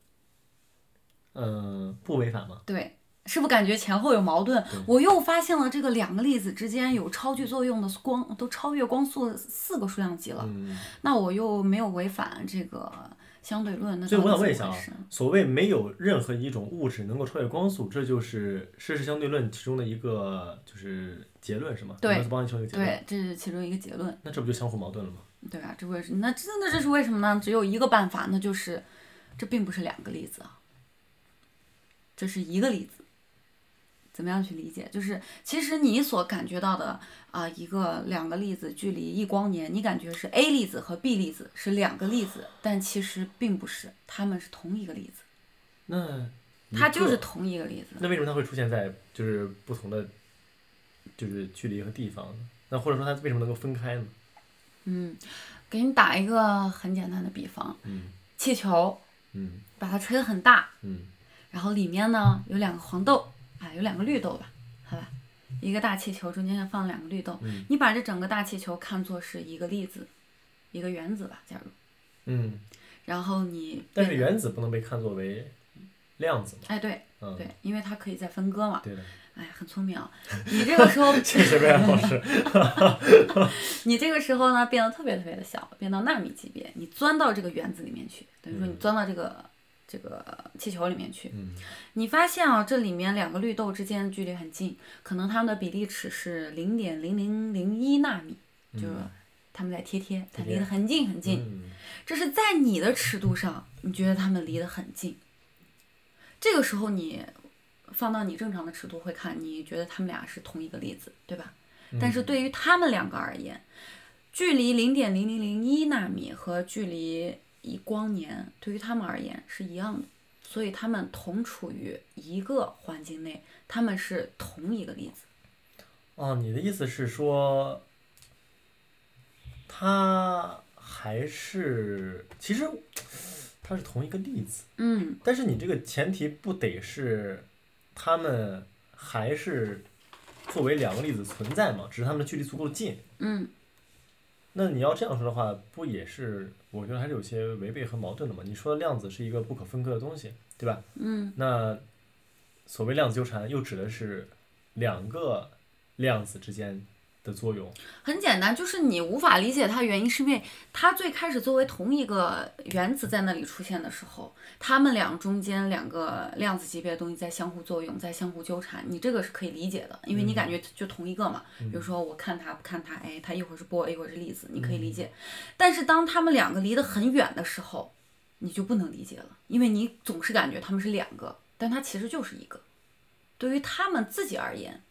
S1: 嗯、不违反吗？
S2: 对，是不是感觉前后有矛盾
S1: 对？
S2: 我又发现了这个两个粒子之间有超距作用的光都超越光速四个数量级了，
S1: 嗯，
S2: 那我又没有违反这个相对论，那
S1: 所以
S2: 到
S1: 我
S2: 底
S1: 想问一
S2: 怎
S1: 下
S2: 么
S1: 啊
S2: 回事？，
S1: 所谓没有任何一种物质能够超越光速，这就是事实相对论其中的一个就是结论是吗？
S2: 对
S1: 斯邦尼说一个结论。
S2: 对，这是其中一个结论，
S1: 那这不就相互矛盾了吗？
S2: 对啊，这为什那真的这是为什么呢？只有一个办法，那就是这并不是两个粒子啊，这是一个粒子。怎么样去理解？就是其实你所感觉到的啊、一个两个粒子距离一光年，你感觉是 A 粒子和 B 粒子是两个粒子，但其实并不是，它们是同一个粒子，
S1: 那一
S2: 它就
S1: 个
S2: 是同一个粒子。
S1: 那为什么它会出现在就是不同的就是距离和地方呢？那或者说它为什么能够分开呢？
S2: 嗯，给你打一个很简单的比方，
S1: 嗯
S2: 气球
S1: 嗯
S2: 把它吹得很大，
S1: 嗯
S2: 然后里面呢有两个黄豆，啊，有两个绿豆吧，好吧，一个大气球中间放了两个绿豆，
S1: 嗯
S2: 你把这整个大气球看作是一个粒子，一个原子吧，假如，
S1: 嗯，
S2: 然后你
S1: 但是
S2: 变
S1: 原子不能被看作为量子嘛？
S2: 哎对
S1: 嗯，
S2: 对，因为它可以再分割嘛，
S1: 对
S2: (laughs)
S1: 的，
S2: 哎，很聪明啊，你这个时候
S1: 谢谢魏老师。
S2: (laughs) 你这个时候呢变得特别特别的小，变到纳米级别，你钻到这个原子里面去，等于说你钻到这个。这个气球里面去，
S1: 嗯
S2: 你发现啊，这里面两个绿豆之间的距离很近，可能它们的比例尺是零点零零零一纳米，就是它们在贴贴，
S1: 嗯
S2: 它
S1: 贴
S2: 离得很近很近。
S1: 嗯
S2: 这是在你的尺度上，你觉得它们离得很近。这个时候你放到你正常的尺度会看，你觉得它们俩是同一个粒子，对吧？但是对于它们两个而言，距离零点零零零一纳米和距离一光年，对于它们而言是一样的，所以它们同处于一个环境内，它们是同一个粒子。
S1: 哦，你的意思是说，它还是其实它是同一个粒子。
S2: 嗯，
S1: 但是你这个前提不得是他们还是作为两个粒子存在嘛？只是他们的距离足够近。
S2: 嗯。
S1: 那你要这样说的话，不也是我觉得还是有些违背和矛盾的嘛？你说量子是一个不可分割的东西，对吧？嗯。那所谓量子纠缠，又指的是两个量子之间的作用。
S2: 很简单，就是你无法理解它的原因，是因为它最开始作为同一个原子在那里出现的时候，它们俩中间两个量子级别的东西在相互作用，在相互纠缠，你这个是可以理解的，因为你感觉就同一个嘛。比如说我看它不看它，哎，它一会儿是波，一会儿是粒子，你可以理解。但是当它们两个离得很远的时候，你就不能理解了，因为你总是感觉它们是两个，但它其实就是一个。对于他们自己而言，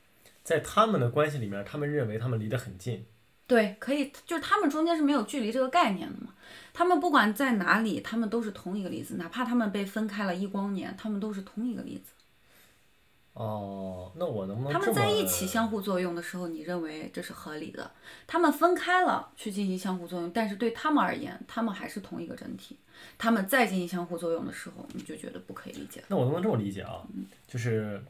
S1: 在他们的关系里面，他们认为他们离得很近。
S2: 对，可以，就是他们中间是没有距离这个概念的嘛。他们不管在哪里，他们都是同一个粒子，哪怕他们被分开了一光年，他们都是同一个粒子。
S1: 哦，那我能不能
S2: 他
S1: 这么
S2: 们在一起相互作用的时候，你认为这是合理的；他们分开了去进行相互作用，但是对他们而言，他们还是同一个整体。他们再进行相互作用的时候，你就觉得不可以理解。
S1: 那我能不能这么理解啊？就是，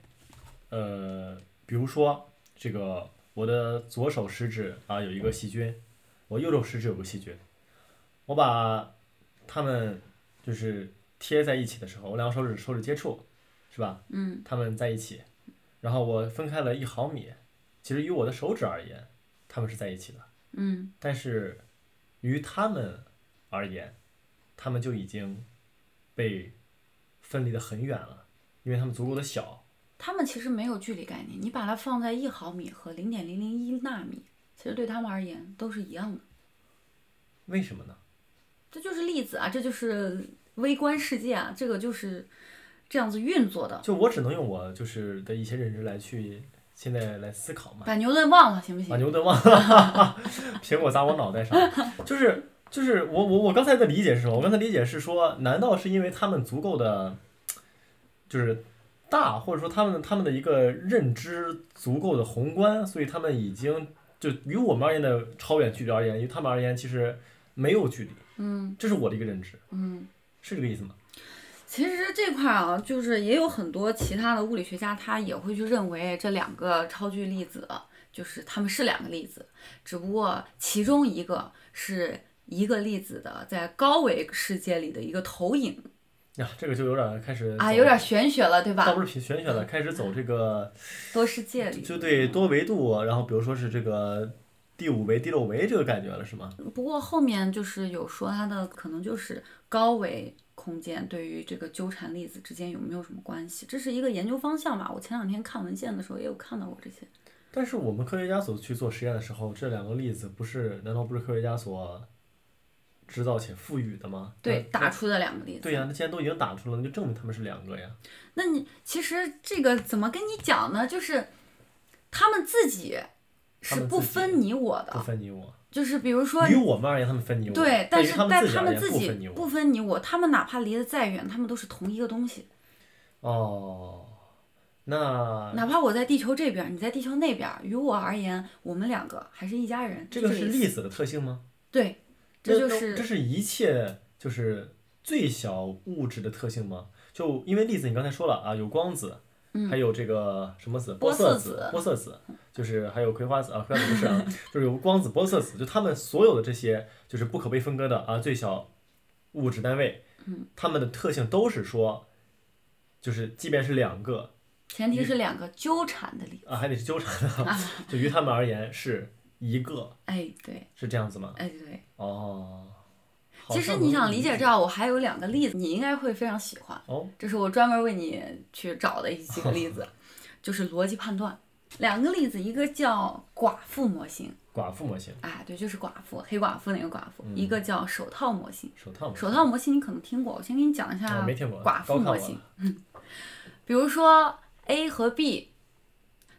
S1: 呃，比如说这个我的左手食指啊有一个细菌，我右手食指有个细菌，我把它们就是贴在一起的时候，我两个手指手指接触，是吧？
S2: 嗯，
S1: 它们在一起，然后我分开了一毫米，其实于我的手指而言，它们是在一起的，
S2: 嗯，
S1: 但是于他们而言，他们就已经被分离的很远了，因为他们足够的小。
S2: 他们其实没有距离概念，你把它放在一毫米和零点零零一纳米，其实对他们而言都是一样的。
S1: 为什么呢？
S2: 这就是粒子啊，这就是微观世界啊，这个就是这样子运作的。
S1: 就我只能用我就是的一些认知来去现在来思考嘛。
S2: 把牛顿忘了行不行
S1: 把？啊牛顿忘
S2: (laughs)
S1: 了，苹果砸我脑袋上，就是就是我我我刚才的理解是什么？我刚才理解是说，难道是因为他们足够的，就是大，或者说他们他们的一个认知足够的宏观，所以他们已经就于我们而言的超远距离而言，于他们而言其实没有距离，
S2: 嗯
S1: 这是我的一个认知，
S2: 嗯。
S1: 是这个意思吗？
S2: 其实这块儿啊，就是也有很多其他的物理学家，他也会去认为这两个超距粒子，就是它们是两个粒子，只不过其中一个是一个粒子的在高维世界里的一个投影
S1: 呀、这个就有点开始
S2: 啊，
S1: 走
S2: 有点玄学了，对
S1: 倒
S2: 吧？
S1: 不是玄学了，开始走这个。
S2: 多世界里。
S1: 就对多维度，啊然后比如说是这个第五维、第六维这个感觉了，是吗？
S2: 不过后面就是有说它的可能就是高维空间对于这个纠缠粒子之间有没有什么关系，这是一个研究方向吧。我前两天看文献的时候也有看到过这些。
S1: 但是我们科学家所去做实验的时候，这两个粒子不是难道不是科学家所制造且赋予的吗？
S2: 对，
S1: 那
S2: 打出的两个例子。
S1: 嗯对呀、那既然都已经打出了，那就证明它们是两个呀。
S2: 那你其实这个怎么跟你讲呢？就是他们自己
S1: 他
S2: 是
S1: 们自己
S2: 不分你我
S1: 不
S2: 的，
S1: 分你我，
S2: 就是比如说
S1: 于我们而言，他们分你我。
S2: 啊对，但
S1: 于
S2: 是
S1: 他们
S2: 但
S1: 自己
S2: 他
S1: 而
S2: 们
S1: 言
S2: 自
S1: 不
S2: 己
S1: 分你我。
S2: 不分你我，他们哪怕离得再远，他们都是同一个东西。
S1: 哦，那
S2: 哪怕我在地球这边，你在地球那边，于我而言，我们两个还是一家人。
S1: 这
S2: 就
S1: 个
S2: 这
S1: 是
S2: 个意思
S1: 粒子的特性吗？
S2: 对，这
S1: 那
S2: 就
S1: 那这
S2: 是
S1: 是一切就是最小物质的特性吗？就因为粒子你刚才说了啊，有光子，还有这个什么子，
S2: 嗯玻
S1: 色
S2: 色
S1: 子
S2: 子，
S1: 玻色子，就是还有葵花籽啊，葵花籽不是啊， (laughs) 就是有光子、玻色子，就它们所有的这些就是不可被分割的啊最小物质单位，
S2: 嗯
S1: 它们的特性都是说，就是即便是两个
S2: 前提是两个纠缠的力。
S1: 啊，还得是纠缠
S2: (laughs)
S1: 的，就于他们而言是一个，
S2: 哎，对，
S1: 是这样子吗？
S2: 哎对。
S1: 哦，好
S2: 其实
S1: 像
S2: 你
S1: 能
S2: 想理解这儿，我还有两个例子，你应该会非常喜欢。
S1: 哦，
S2: 这是我专门为你去找的一几
S1: (laughs)
S2: 个例子，就是逻辑判断。两个例子，一个叫寡妇模型，
S1: 寡妇模型，
S2: 哎，对，就是寡妇，黑寡妇那个寡妇；
S1: 嗯
S2: 一个叫手套模型。
S1: 手套模型
S2: 手套模型你可能听过，我先给你讲一
S1: 啊
S2: 下
S1: 嗯没听过
S2: 寡
S1: 高
S2: 妇
S1: 看
S2: 模
S1: 我
S2: 型 (laughs)
S1: 了。
S2: 比如说 A 和 B，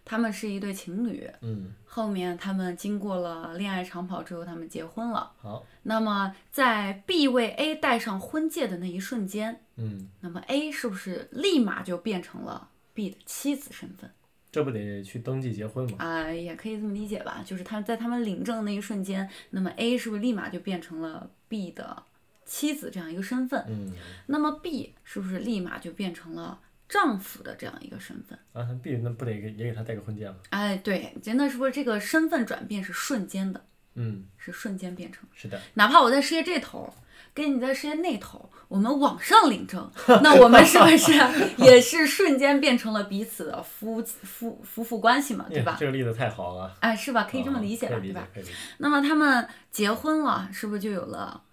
S2: 他们是一对情侣，
S1: 嗯，
S2: 后面他们经过了恋爱长跑之后，他们结婚了。
S1: 好，
S2: 那么在 B 为 A 戴上婚戒的那一瞬间，
S1: 嗯，
S2: 那么 A 是不是立马就变成了 B 的妻子身份
S1: 这不得去登记结婚吗？
S2: 啊、也可以这么理解吧，就是他在他们领证那一瞬间，那么 A 是不是立马就变成了 B 的妻子这样一个身份？
S1: 嗯，
S2: 那么 B 是不是立马就变成了丈夫的这样一个身份？
S1: 啊，那必那不得给也给他戴个婚戒吗？
S2: 哎，对，真的是不是这个身份转变是瞬间的，
S1: 嗯，
S2: 是瞬间变成？
S1: 是的，
S2: 哪怕我在世界这头，跟你在世界那头，我们网上领 (laughs) 证，那我们是不是也是瞬间变成了彼此的夫夫夫妇关系嘛，
S1: 哎
S2: 对
S1: 呀
S2: (laughs) 吧？
S1: 这个例子太好了，
S2: 哎，是吧？可以这么
S1: 啊
S2: 理解
S1: 可
S2: 吧，
S1: 以理
S2: 对吧
S1: 解？，可以理解。
S2: 那么他们结婚了，是不是就有了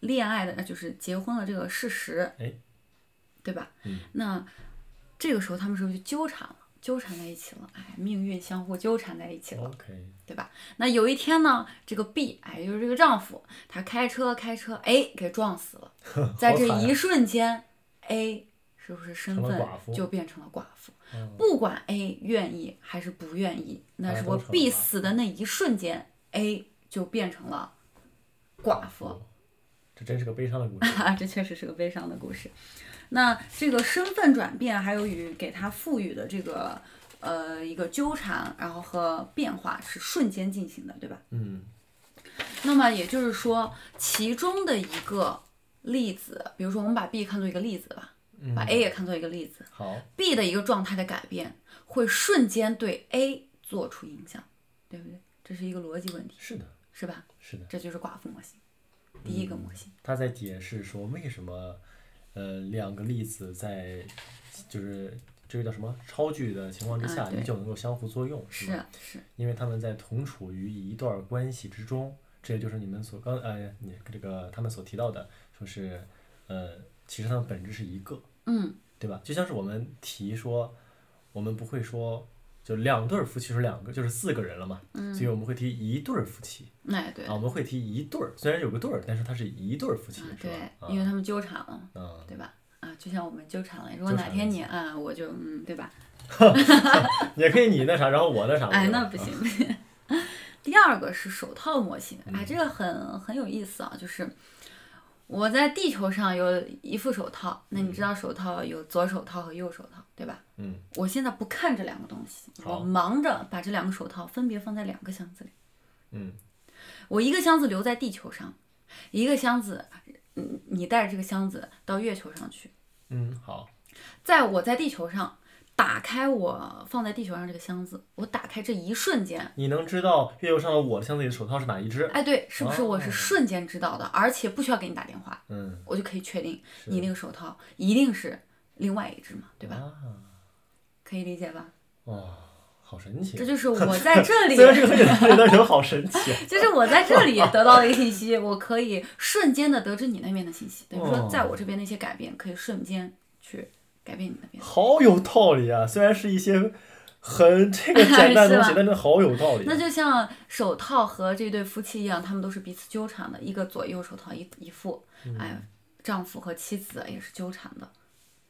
S2: 恋爱的，呃就是结婚了这个事实？
S1: 哎，
S2: 对吧？
S1: 嗯
S2: 那这个时候他们是不是就纠缠了？纠缠在一起了，哎，命运相互纠缠在一起了。
S1: OK，
S2: 对吧？那有一天呢，这个 B，哎，就是这个丈夫，他开车开车，哎，给撞死了。在这一瞬间，A 是不是
S1: 啊
S2: 身
S1: 成
S2: 份
S1: 了寡妇
S2: 就变成了寡妇？
S1: 嗯
S2: 不管 A 愿意还是不愿意，那
S1: 哎
S2: 是
S1: 都
S2: 我
S1: 成了
S2: B
S1: 寡妇
S2: 哎死的那一瞬间，A 就变成了寡妇。 (laughs)
S1: 这真是个悲伤的故事。
S2: 啊，这确实是个悲伤的故事。那这个身份转变，还有与给他赋予的这个呃一个纠缠，然后和变化是瞬间进行的，对吧？
S1: 嗯
S2: 那么也就是说，其中的一个例子，比如说我们把 B 看作一个例子吧，把
S1: 嗯，
S2: A 也看作一个例子
S1: 好，
S2: ，B 的一个状态的改变，会瞬间对 A 做出影响，对不对？这是一个逻辑问题，
S1: 是的，
S2: 是吧？
S1: 是的。
S2: 这就是寡妇模型，第一
S1: 嗯
S2: 个模型。
S1: 他在解释说为什么，呃，两个粒子在就是这个叫什么超距的情况之下
S2: 啊，对
S1: 依旧能够相互作用，是吗？
S2: 是是，
S1: 因为他们在同处于一段关系之中，这也就是你们所刚呃，你这个他们所提到的，说是呃，其实它们本质是一个，
S2: 嗯，
S1: 对吧？就像是我们提说，我们不会说就两对儿夫妻是两个，就是四个人了嘛，所以我们会提一对儿夫妻
S2: 哎嗯对
S1: 啊，我们会提一对儿，虽然有个对儿，但是它是一对儿夫妻，
S2: 啊
S1: 是吧？
S2: 对，
S1: 啊
S2: 因为他们纠缠了，
S1: 嗯，
S2: 对吧？啊，就像我们纠缠了，如果
S1: 纠
S2: 哪
S1: 缠
S2: 天
S1: 了
S2: 你啊，我就嗯，对吧？
S1: 也可以你那啥，然后我那啥。
S2: (laughs) 哎，
S1: 对吧
S2: 那不。行不行。第二个是手套模型，哎，这个很很有意思啊，就是我在地球上有一副手套，那你知道手套有左手套和右手套，对吧？
S1: 嗯，
S2: 我现在不看这两个东西，我
S1: 好
S2: 忙着把这两个手套分别放在两个箱子里，
S1: 嗯
S2: 我一个箱子留在地球上，一个箱子，嗯，你带着这个箱子到月球上去，
S1: 嗯，好，
S2: 在我在地球上。打开我放在地球上这个箱子，我打开这一瞬间，
S1: 你能知道月球上的我箱子里的手套是哪一只？
S2: 哎，对，是不是我是
S1: 哦
S2: 瞬间知道的，而且不需要给你打电话，
S1: 嗯，
S2: 我就可以确定
S1: 是
S2: 你那个手套一定是另外一只嘛，对吧？
S1: 啊，
S2: 可以理解吧？
S1: 哇，好神奇啊
S2: 这！就是我在
S1: (laughs)
S2: 这里
S1: 虽，然这个有点人好神奇。啊 (laughs)
S2: 就是我在这里得到的一个信息，我可以瞬间的得知你那边的信息，等于说
S1: 哦
S2: 在我这边的一些改变，可以瞬间去改变你那边。
S1: 好有道理啊！虽然是一些很这个简单的东
S2: (laughs) 是吧
S1: 西，但是好有道理啊。
S2: 那就像手套和这对夫妻一样，他们都是彼此纠缠的，一个左右手套一一副，哎，丈夫和妻子也是纠缠的，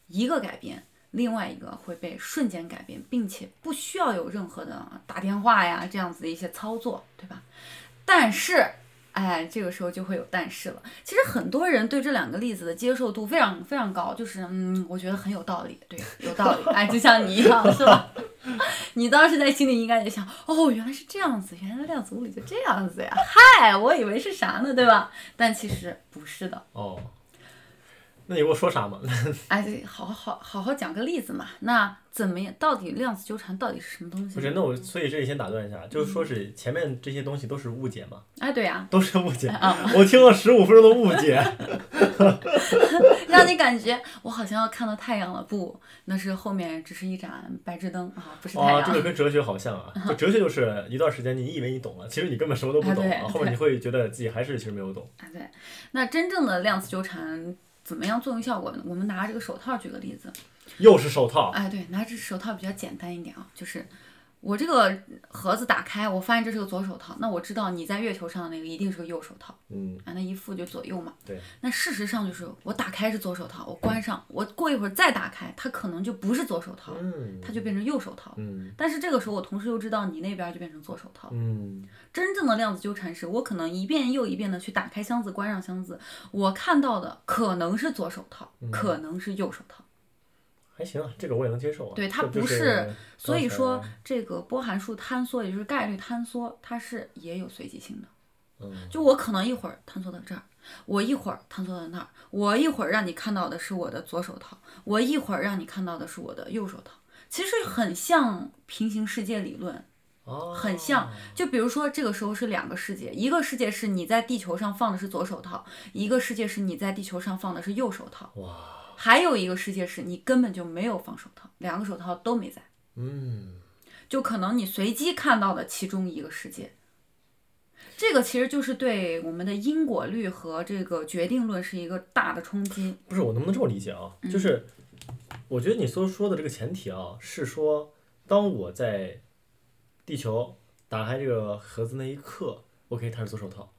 S2: 一个改变，另外一个会被瞬间改变，并且不需要有任何的打电话呀这样子的一些操作，对吧？但是。哎，这个时候就会有但是了。其实很多人对这两个例子的接受度非常非常高，就是嗯，我觉得很有道理，对，有道理。哎，就像你一样，是吧？你当时在心里应该也想，哦，原来是这样子，原来量子物理就这样子呀！嗨，我以为是啥呢，对吧？但其实不是的。
S1: 哦，那你给我说啥嘛？ (laughs)
S2: 哎，这好好好好讲个例子嘛。那怎么样？到底量子纠缠到底是什么东西
S1: 不是，
S2: 呢？
S1: 那我所以这里先打断一下，就是说是前面这些东西都是误解嘛，
S2: 哎，对呀、
S1: 都是误解。
S2: 啊
S1: 我听了十五分钟的误
S2: (laughs)
S1: 解。
S2: 让你感觉我好像要看到太阳了，不，那是后面只是一盏白炽灯啊，不是太
S1: 啊，
S2: 阳。
S1: 这个跟哲学好像啊，就哲学就是一段时间你以为你懂了，其实你根本什么都不懂
S2: 啊
S1: 啊，
S2: 对
S1: 后面你会觉得自己还是其实没有懂。
S2: 啊，对，那真正的量子纠缠怎么样作用效果呢？我们拿这个手套举个例子，
S1: 又是手套，
S2: 哎，对，拿这手套比较简单一点啊，就是我这个盒子打开，我发现这是个左手套，那我知道你在月球上的那个一定是个右手套
S1: 嗯，
S2: 啊，那一副就左右嘛。
S1: 对。
S2: 那事实上就是我打开是左手套，我关上，我过一会儿再打开，它可能就不是左手套，
S1: 嗯
S2: 它就变成右手套。
S1: 嗯
S2: 但是这个时候，我同时又知道你那边就变成左手套。
S1: 嗯
S2: 真正的量子纠缠是我可能一遍又一遍的去打开箱子、关上箱子，我看到的可能是左手套，可能是右手套。
S1: 还行啊，这个我也能接受啊。
S2: 对它
S1: 这就
S2: 不是
S1: 是，
S2: 所以说
S1: 刚才，
S2: 这个波函数坍缩，也就是概率坍缩，它是也有随机性的。
S1: 嗯
S2: 就我可能一会儿坍缩到这儿，我一会儿坍缩到那儿，我一会儿让你看到的是我的左手套，我一会儿让你看到的是我的右手套。其实很像平行世界理论，
S1: 哦
S2: 很像。就比如说，这个时候是两个世界，一个世界是你在地球上放的是左手套，一个世界是你在地球上放的是右手套，
S1: 哇，
S2: 还有一个世界是你根本就没有放手套，两个手套都没在。
S1: 嗯，
S2: 就可能你随机看到的其中一个世界。这个其实就是对我们的因果律和这个决定论是一个大的冲击。
S1: 不是，我能不能这么理解啊？
S2: 嗯
S1: 就是，我觉得你所说的这个前提啊，是说，当我在地球打开这个盒子那一刻，OK，它是左手套，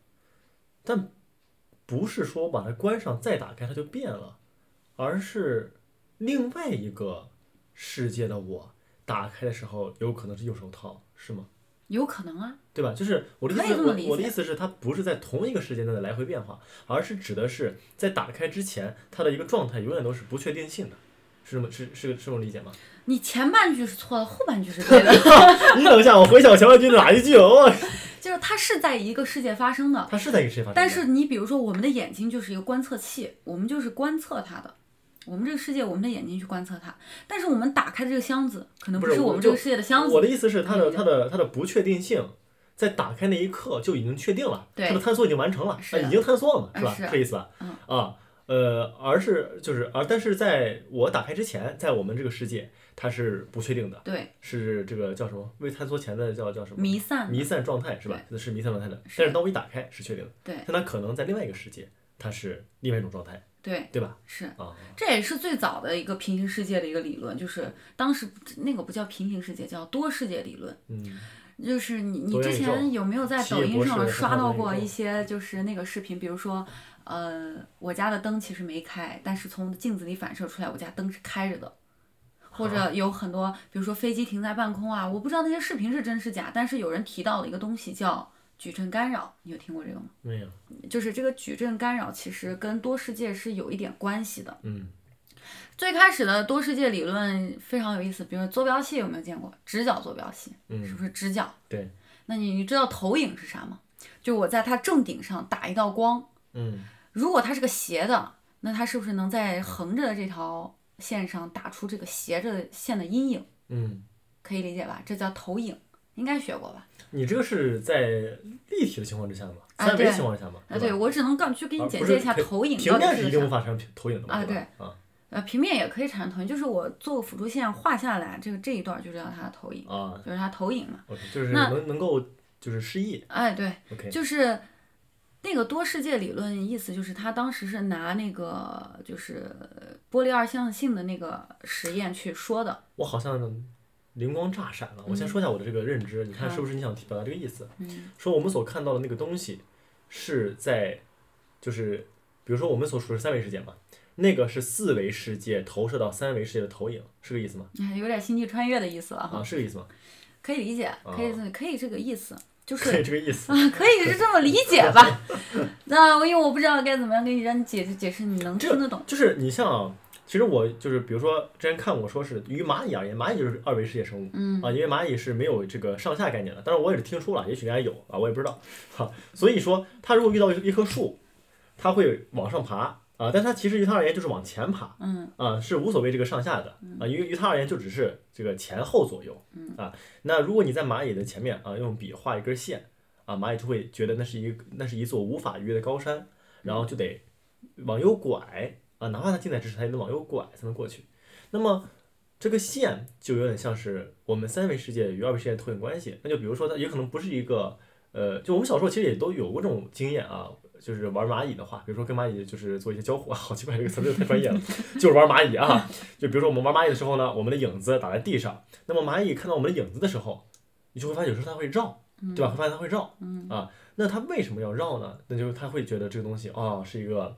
S1: 但不是说把它关上再打开它就变了，而是另外一个世界的我打开的时候有可能是右手套，是吗？
S2: 有可能啊，
S1: 对吧？就是我的意
S2: 可以
S1: 思是，
S2: 这么
S1: 我
S2: 理解
S1: 我的意思是，它不是在同一个时间段的来回变化，而是指的是在打开之前，它的一个状态永远都是不确定性的，是这么是是是这么理解吗？ (laughs)
S2: 你前半句是错的，后半句是对的，
S1: 你等一下，我回想前半句哪一句哦？
S2: 就是它是在一个世界发生的，
S1: 它是在一个时间发生的，
S2: (laughs) 但是你比如说我们的眼睛就是一个观测器，我们就是观测它的。我们这个世界，我们的眼睛去观测它，但是我们打开这个箱子，可能
S1: 不
S2: 不
S1: 是
S2: 是
S1: 我
S2: 我
S1: 们
S2: 们
S1: 就
S2: 这个世界的箱
S1: 我
S2: 子。
S1: 的意思是，它
S2: 可
S1: 的
S2: 以
S1: 它的它的不确定性，在打开那一刻就已经确定了，
S2: 对
S1: 它的探索已经完成了，
S2: 是
S1: 啊，已经探索了嘛，
S2: 啊
S1: 是吧？
S2: 是
S1: 这意思吧？
S2: 嗯
S1: 啊，呃，而是就是而但是在我打开之前，在我们这个世界，它是不确定的，
S2: 对，
S1: 是这个叫什么？未探索前的叫叫什么？
S2: 弥散。
S1: 弥散状态是吧？是弥散状态的，
S2: 是
S1: 但是当我一打开是确定的，
S2: 对
S1: 但它可能在另外一个世界，它是另外一种状态，
S2: 对，
S1: 对吧？
S2: 是，
S1: 啊，
S2: 这也是最早的一个平行世界的一个理论，就是当时那个不叫平行世界，叫多世界理论。
S1: 嗯，
S2: 就是你你
S1: 多
S2: 之
S1: 元宇宙
S2: 前有没有在
S1: 奇
S2: 抖
S1: 异博
S2: 音
S1: 士
S2: 上
S1: 和
S2: 刷
S1: 他的
S2: 到
S1: 宇
S2: 过
S1: 宙
S2: 一些就是那个视频，比如说，呃，我家的灯其实没开，但是从镜子里反射出来，我家灯是开着的。或者有很多，比如说飞机停在半空啊，我不知道那些视频是真是假，但是有人提到了一个东西叫矩阵干扰，你有听过这个吗？
S1: 没有，
S2: 就是这个矩阵干扰其实跟多世界是有一点关系的。
S1: 嗯，
S2: 最开始的多世界理论非常有意思，比如说坐标系有没有见过？直角坐标系，
S1: 嗯
S2: 是不是直角？
S1: 对，
S2: 那你你知道投影是啥吗？就我在它正顶上打一道光，
S1: 嗯，
S2: 如果它是个斜的，那它是不是能在横着的这条线上打出这个斜着的线的阴影？
S1: 嗯。
S2: 可以理解吧？这叫投影，应该学过吧？
S1: 你这个是在立体的情况之下吗？
S2: 啊
S1: 三维
S2: 对
S1: 情况之下吗？对
S2: 啊，对，
S1: 吧，
S2: 我只能告去给你
S1: 而
S2: 简
S1: 不
S2: 介
S1: 是
S2: 一下
S1: 平
S2: 投影
S1: 平
S2: 到底
S1: 面
S2: 是
S1: 是一
S2: 个
S1: 定无
S2: 啥。
S1: 法产生投影的嘛？
S2: 啊
S1: 对吧，
S2: 呃，平面也可以产生投影，就是我做个辅助线画下来，这个这一段就叫它的投影，
S1: 啊啊
S2: 就是它投影嘛。
S1: ，OK，就是
S2: 那
S1: 能能够就是失忆
S2: 哎，对，
S1: ，OK，
S2: 就是那个多世界理论，意思就是他当时是拿那个就是玻璃二象性的那个实验去说的。
S1: 我好像灵光乍闪了。我先说一下我的这个认知，你看是不是你想提表达这个意思？
S2: 嗯
S1: 说我们所看到的那个东西是在就是比如说我们所处的是三维世界嘛，那个是四维世界投射到三维世界的投影，是个意思吗？
S2: 哎有点星际穿越的意思了哈，
S1: 啊，是个意思吗？
S2: 可以理解，可以、可以这个意思，就是
S1: 对，这个意思。
S2: 啊，哦可以是这么理解 (laughs) 吧？那因为我不知道该怎么样给你让你解释解释，你能
S1: 这
S2: 听得懂？
S1: 就是你像啊，其实我就是比如说之前看过说是于蚂蚁而言，蚂蚁就是二维世界生物，
S2: 嗯
S1: 啊，因为蚂蚁是没有这个上下概念的，当然我也是听说了，也许人家有啊，我也不知道哈、所以说，它如果遇到一一棵树，它会往上爬啊，但它其实于它而言就是往前爬，
S2: 嗯
S1: 啊，是无所谓这个上下的啊，因为于它而言就只是这个前后左右
S2: 嗯
S1: 啊。那如果你在蚂蚁的前面啊，用笔画一根线啊，蚂蚁就会觉得那是一个那是一座无法逾越的高山，然后就得往右拐啊，哪怕它近在咫尺，它也得往右拐才能过去。那么这个线就有点像是我们三维世界与二维世界的投影关系。那就比如说，它也可能不是一个呃，就我们小时候其实也都有过这种经验啊。就是玩蚂蚁的话，比如说跟蚂蚁就是做一些交互，啊好奇怪，这个词儿真的太专业了。 (laughs) 就是玩蚂蚁啊。就比如说我们玩蚂蚁的时候呢，我们的影子打在地上，那么蚂蚁看到我们的影子的时候，你就会发现有时候它会绕，对吧？会发现它会绕，啊，那它为什么要绕呢？那就是它会觉得这个东西啊、是一个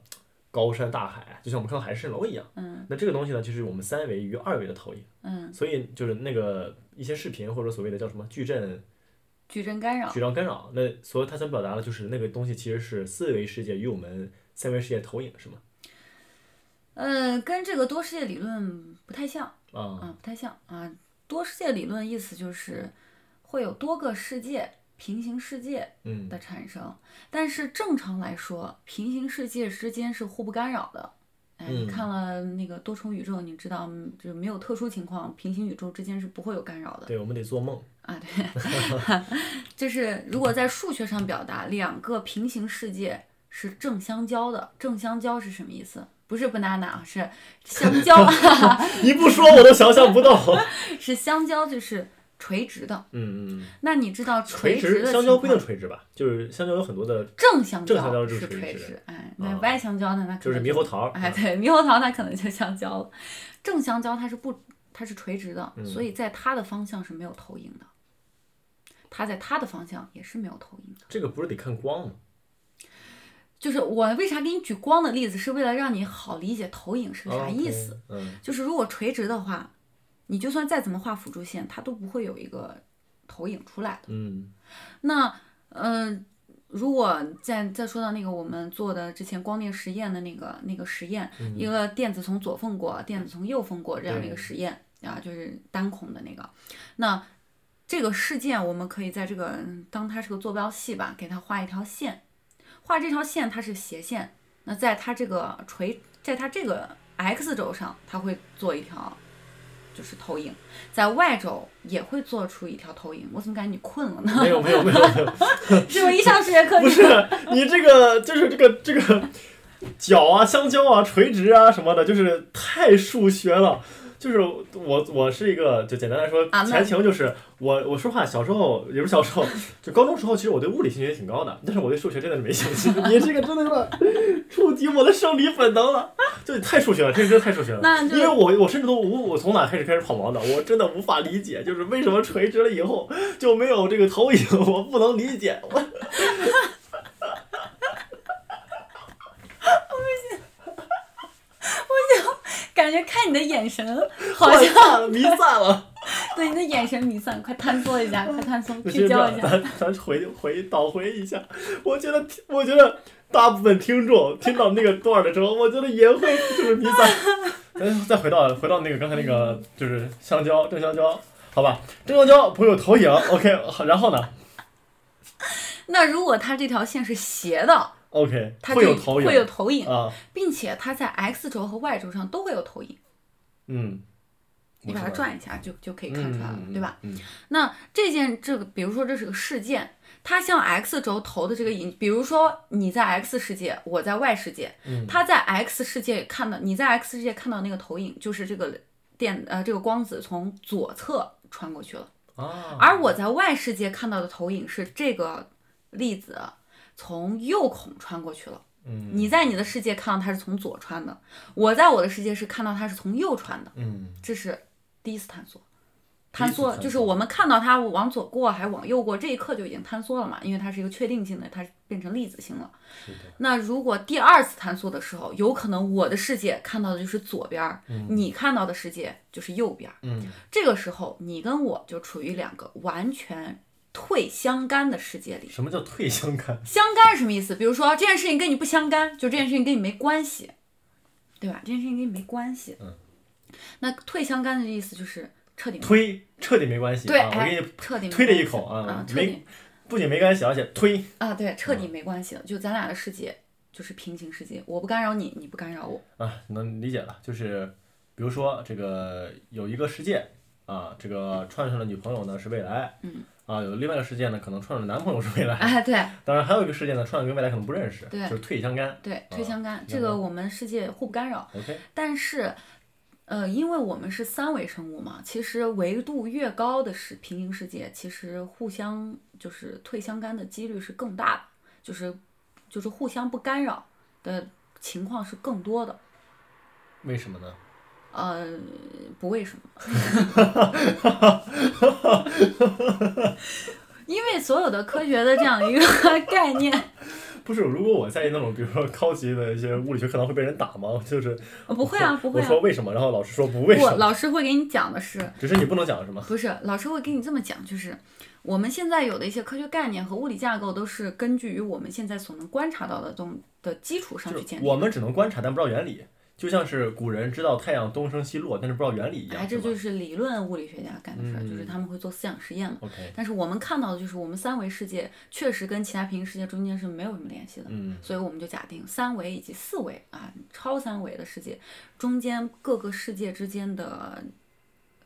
S1: 高山大海，就像我们看到海市蜃楼一样。
S2: 嗯
S1: 那这个东西呢，就是我们三维与二维的投影，
S2: 嗯，
S1: 所以就是那个一些视频或者所谓的叫什么矩阵、
S2: 矩阵干扰
S1: 矩阵干扰，那所以它想表达的就是那个东西其实是四维世界与我们三维世界投影，是吗？
S2: 呃，跟这个多世界理论不太像。
S1: 啊、
S2: 啊，不太像啊。多世界理论意思就是会有多个世界、平行世界
S1: 嗯
S2: 的产生，但是正常来说，平行世界之间是互不干扰的。哎，你
S1: 嗯
S2: 看了那个多重宇宙，你知道，嗯就是没有特殊情况，平行宇宙之间是不会有干扰的
S1: 对，我们得做梦。
S2: 啊。对， (laughs) 就是如果在数学上表达，两个平行世界是正相交的。正相交是什么意思？不是 banana 啊，是相
S1: (laughs)
S2: 交。
S1: 你不说我都想象
S2: (laughs)
S1: 不到。
S2: 是香蕉就是垂直的。
S1: 嗯嗯，嗯，
S2: 那你知道
S1: 垂
S2: 直
S1: 直
S2: 的
S1: 香
S2: 情
S1: 蕉不一定
S2: 况
S1: 垂直吧，就是香蕉有很多的，
S2: 正香
S1: 正香蕉就是是垂
S2: 垂
S1: 直
S2: 直，哎，
S1: 啊
S2: 那歪香蕉呢？那可
S1: 就是
S2: 能
S1: 猕猴桃。啊嗯
S2: 哎，对，猕猴桃那可能就香蕉了。正香蕉它是不，它是垂直
S1: 嗯
S2: 的，所以在它的方向是没有投影的。它在它的方向也是没有投影的。
S1: 这个不是得看光吗？
S2: 就是我为啥给你举光的例子，是为了让你好理解投影是个啥意思。
S1: 啊？OK，嗯，
S2: 就是如果垂直的话，你就算再怎么画辅助线，它都不会有一个投影出来的。
S1: 嗯
S2: 那呃，如果再再说到那个我们做的之前光电实验的那个那个实验，一个电子从左缝过，电子从右缝过这样的一个
S1: 对
S2: 实验啊，就是单孔的那个。那这个事件，我们可以在这个当它是个坐标系吧，给它画一条线，画这条线它是斜线，那在它这个垂，在它这个 x 轴上，它会做一条。就是投影，在 y 轴也会做出一条投影。我怎么感觉你困了呢？
S1: 没有没有没有没有，
S2: 是我一上数学课
S1: 不是你这个就是这个这个角啊、相交啊、垂直啊什么的，就是太数学了。就是我我是一个，就简单来说
S2: 啊，那
S1: 前情就是我我说话小时候也不是小时候，就高中时候其实我对物理兴趣也挺高的，但是我对数学真的是没兴
S2: (laughs)
S1: 趣。你这个真的有点触及我的生理本能了，就你太数学了，这个真的太数学了。
S2: 那就
S1: 因为我我甚至都无我从哪开始开始跑毛的，我真的无法理解，就是为什么垂直了以后就没有这个投影，我不能理解。我
S2: 感觉看你的眼神，好像
S1: 像弥散
S2: (laughs)
S1: 了。
S2: 对你的眼神弥散，快坍
S1: (laughs)
S2: 缩一下，快坍缩，
S1: 那
S2: 聚焦
S1: 先
S2: 一
S1: 这样
S2: 下。
S1: 咱咱回回倒回一下，我觉得我觉得大部分听众听到那个段儿的时候，我觉得也会就是弥散。 (laughs) 咱再回到回到那个刚才那个就是香蕉正香蕉，好吧，正香蕉不会有投影，OK，好 (laughs) 然后呢
S2: 那如果它这条线是斜的，
S1: ，OK
S2: 它就
S1: 会有投影，
S2: 会有投影，
S1: 啊，
S2: 并且它在 x 轴和 y 轴上都会有投影。
S1: 嗯，
S2: 你把它转一下就就可以
S1: 我
S2: 看
S1: 知道
S2: 出来了，对吧？？
S1: 嗯嗯嗯
S2: 那这件这个，比如说这是个事件，它向 x 轴投的这个影，比如说你在 x 世界，我在 y 世界，
S1: 嗯
S2: 它在 x 世界看到你在 x 世界看到那个投影，就是这个电呃这个光子从左侧穿过去了。
S1: 嗯啊，
S2: 而我在外世界看到的投影是这个粒子从右孔穿过去了。
S1: 嗯
S2: 你在你的世界看到它是从左穿的，我在我的世界是看到它是从右穿的，
S1: 嗯
S2: 这是第一次探索。坍
S1: 第一次
S2: 缩
S1: 探索
S2: 就是我们看到它往左过还是往右过，这一刻就已经坍缩了嘛，因为它是一个确定性的，它变成粒子性了。
S1: 是的，
S2: 那如果第二次坍缩的时候，有可能我的世界看到的就是左边儿，你看到的世界就是右边儿。
S1: 嗯
S2: 这个时候，你跟我就处于两个完全退相干的世界里。
S1: 什么叫退相干？
S2: 相干是什么意思？比如说这件事情跟你不相干，就这件事情跟你没关系，对吧？这件事情跟你没关系。
S1: 嗯。
S2: 那退相干的意思就是彻底没
S1: 推彻底没关系，
S2: 对，
S1: 啊、我
S2: 哎
S1: 给你
S2: 彻底没
S1: 推了一
S2: 关系
S1: 口啊
S2: 啊，彻
S1: 没嗯
S2: 底
S1: 不仅没关系，而且推
S2: 啊，对，彻底没关系了。就咱俩的世界就是平行世界，我不干扰你，你不干
S1: (laughs)
S2: 扰我。
S1: 啊，能理解了。就是比如说这个有一个世界啊，这个串串的女朋友呢是未来，
S2: 嗯，
S1: 啊，有另外一个世界呢，可能串串的男朋友是未来，
S2: 哎，对
S1: 当然还有一个世界呢，串串跟未来可能不认识，
S2: 对
S1: 就是退相干。
S2: 对，退
S1: 啊
S2: 相干，这
S1: 明
S2: 个
S1: 白
S2: 我们世界互不干扰。
S1: OK，
S2: 但是，呃，因为我们是三维生物嘛，其实维度越高的是平行世界，其实互相就是退相干的几率是更大的，就是就是互相不干扰的情况是更多的。
S1: 为什么呢？
S2: 呃，不为什么， (laughs) 因为所有的科学的这样一个 (laughs) 概念，
S1: 不是，如果我在那种比如说高级的一些物理学课堂会被人打吗？就是
S2: 呃不会啊，不会
S1: 我
S2: 啊，
S1: 说为什么，然后老师说不为
S2: 不
S1: 什，么，
S2: 老啊师会给你讲的是，
S1: 只是你不能讲是吗？
S2: 不是，老师会给你这么讲，就是我们现在有的一些科学概念和物理架构都是根据于我们现在所能观察到的东的基础上
S1: 就
S2: 去
S1: 是
S2: 建立。
S1: 我们只能观察，但不知道原理，就像是古人知道太阳东升西落，但是不知道原理一样。
S2: 哎，这
S1: 是吧
S2: 就是理论物理学家干的事儿，就是
S1: 嗯
S2: 他们会做思想实验嘛。
S1: OK，
S2: 但是我们看到的就是我们三维世界确实跟其他平行世界中间是没有什么联系的，
S1: 嗯
S2: 所以我们就假定三维以及四维啊超三维的世界中间各个世界之间的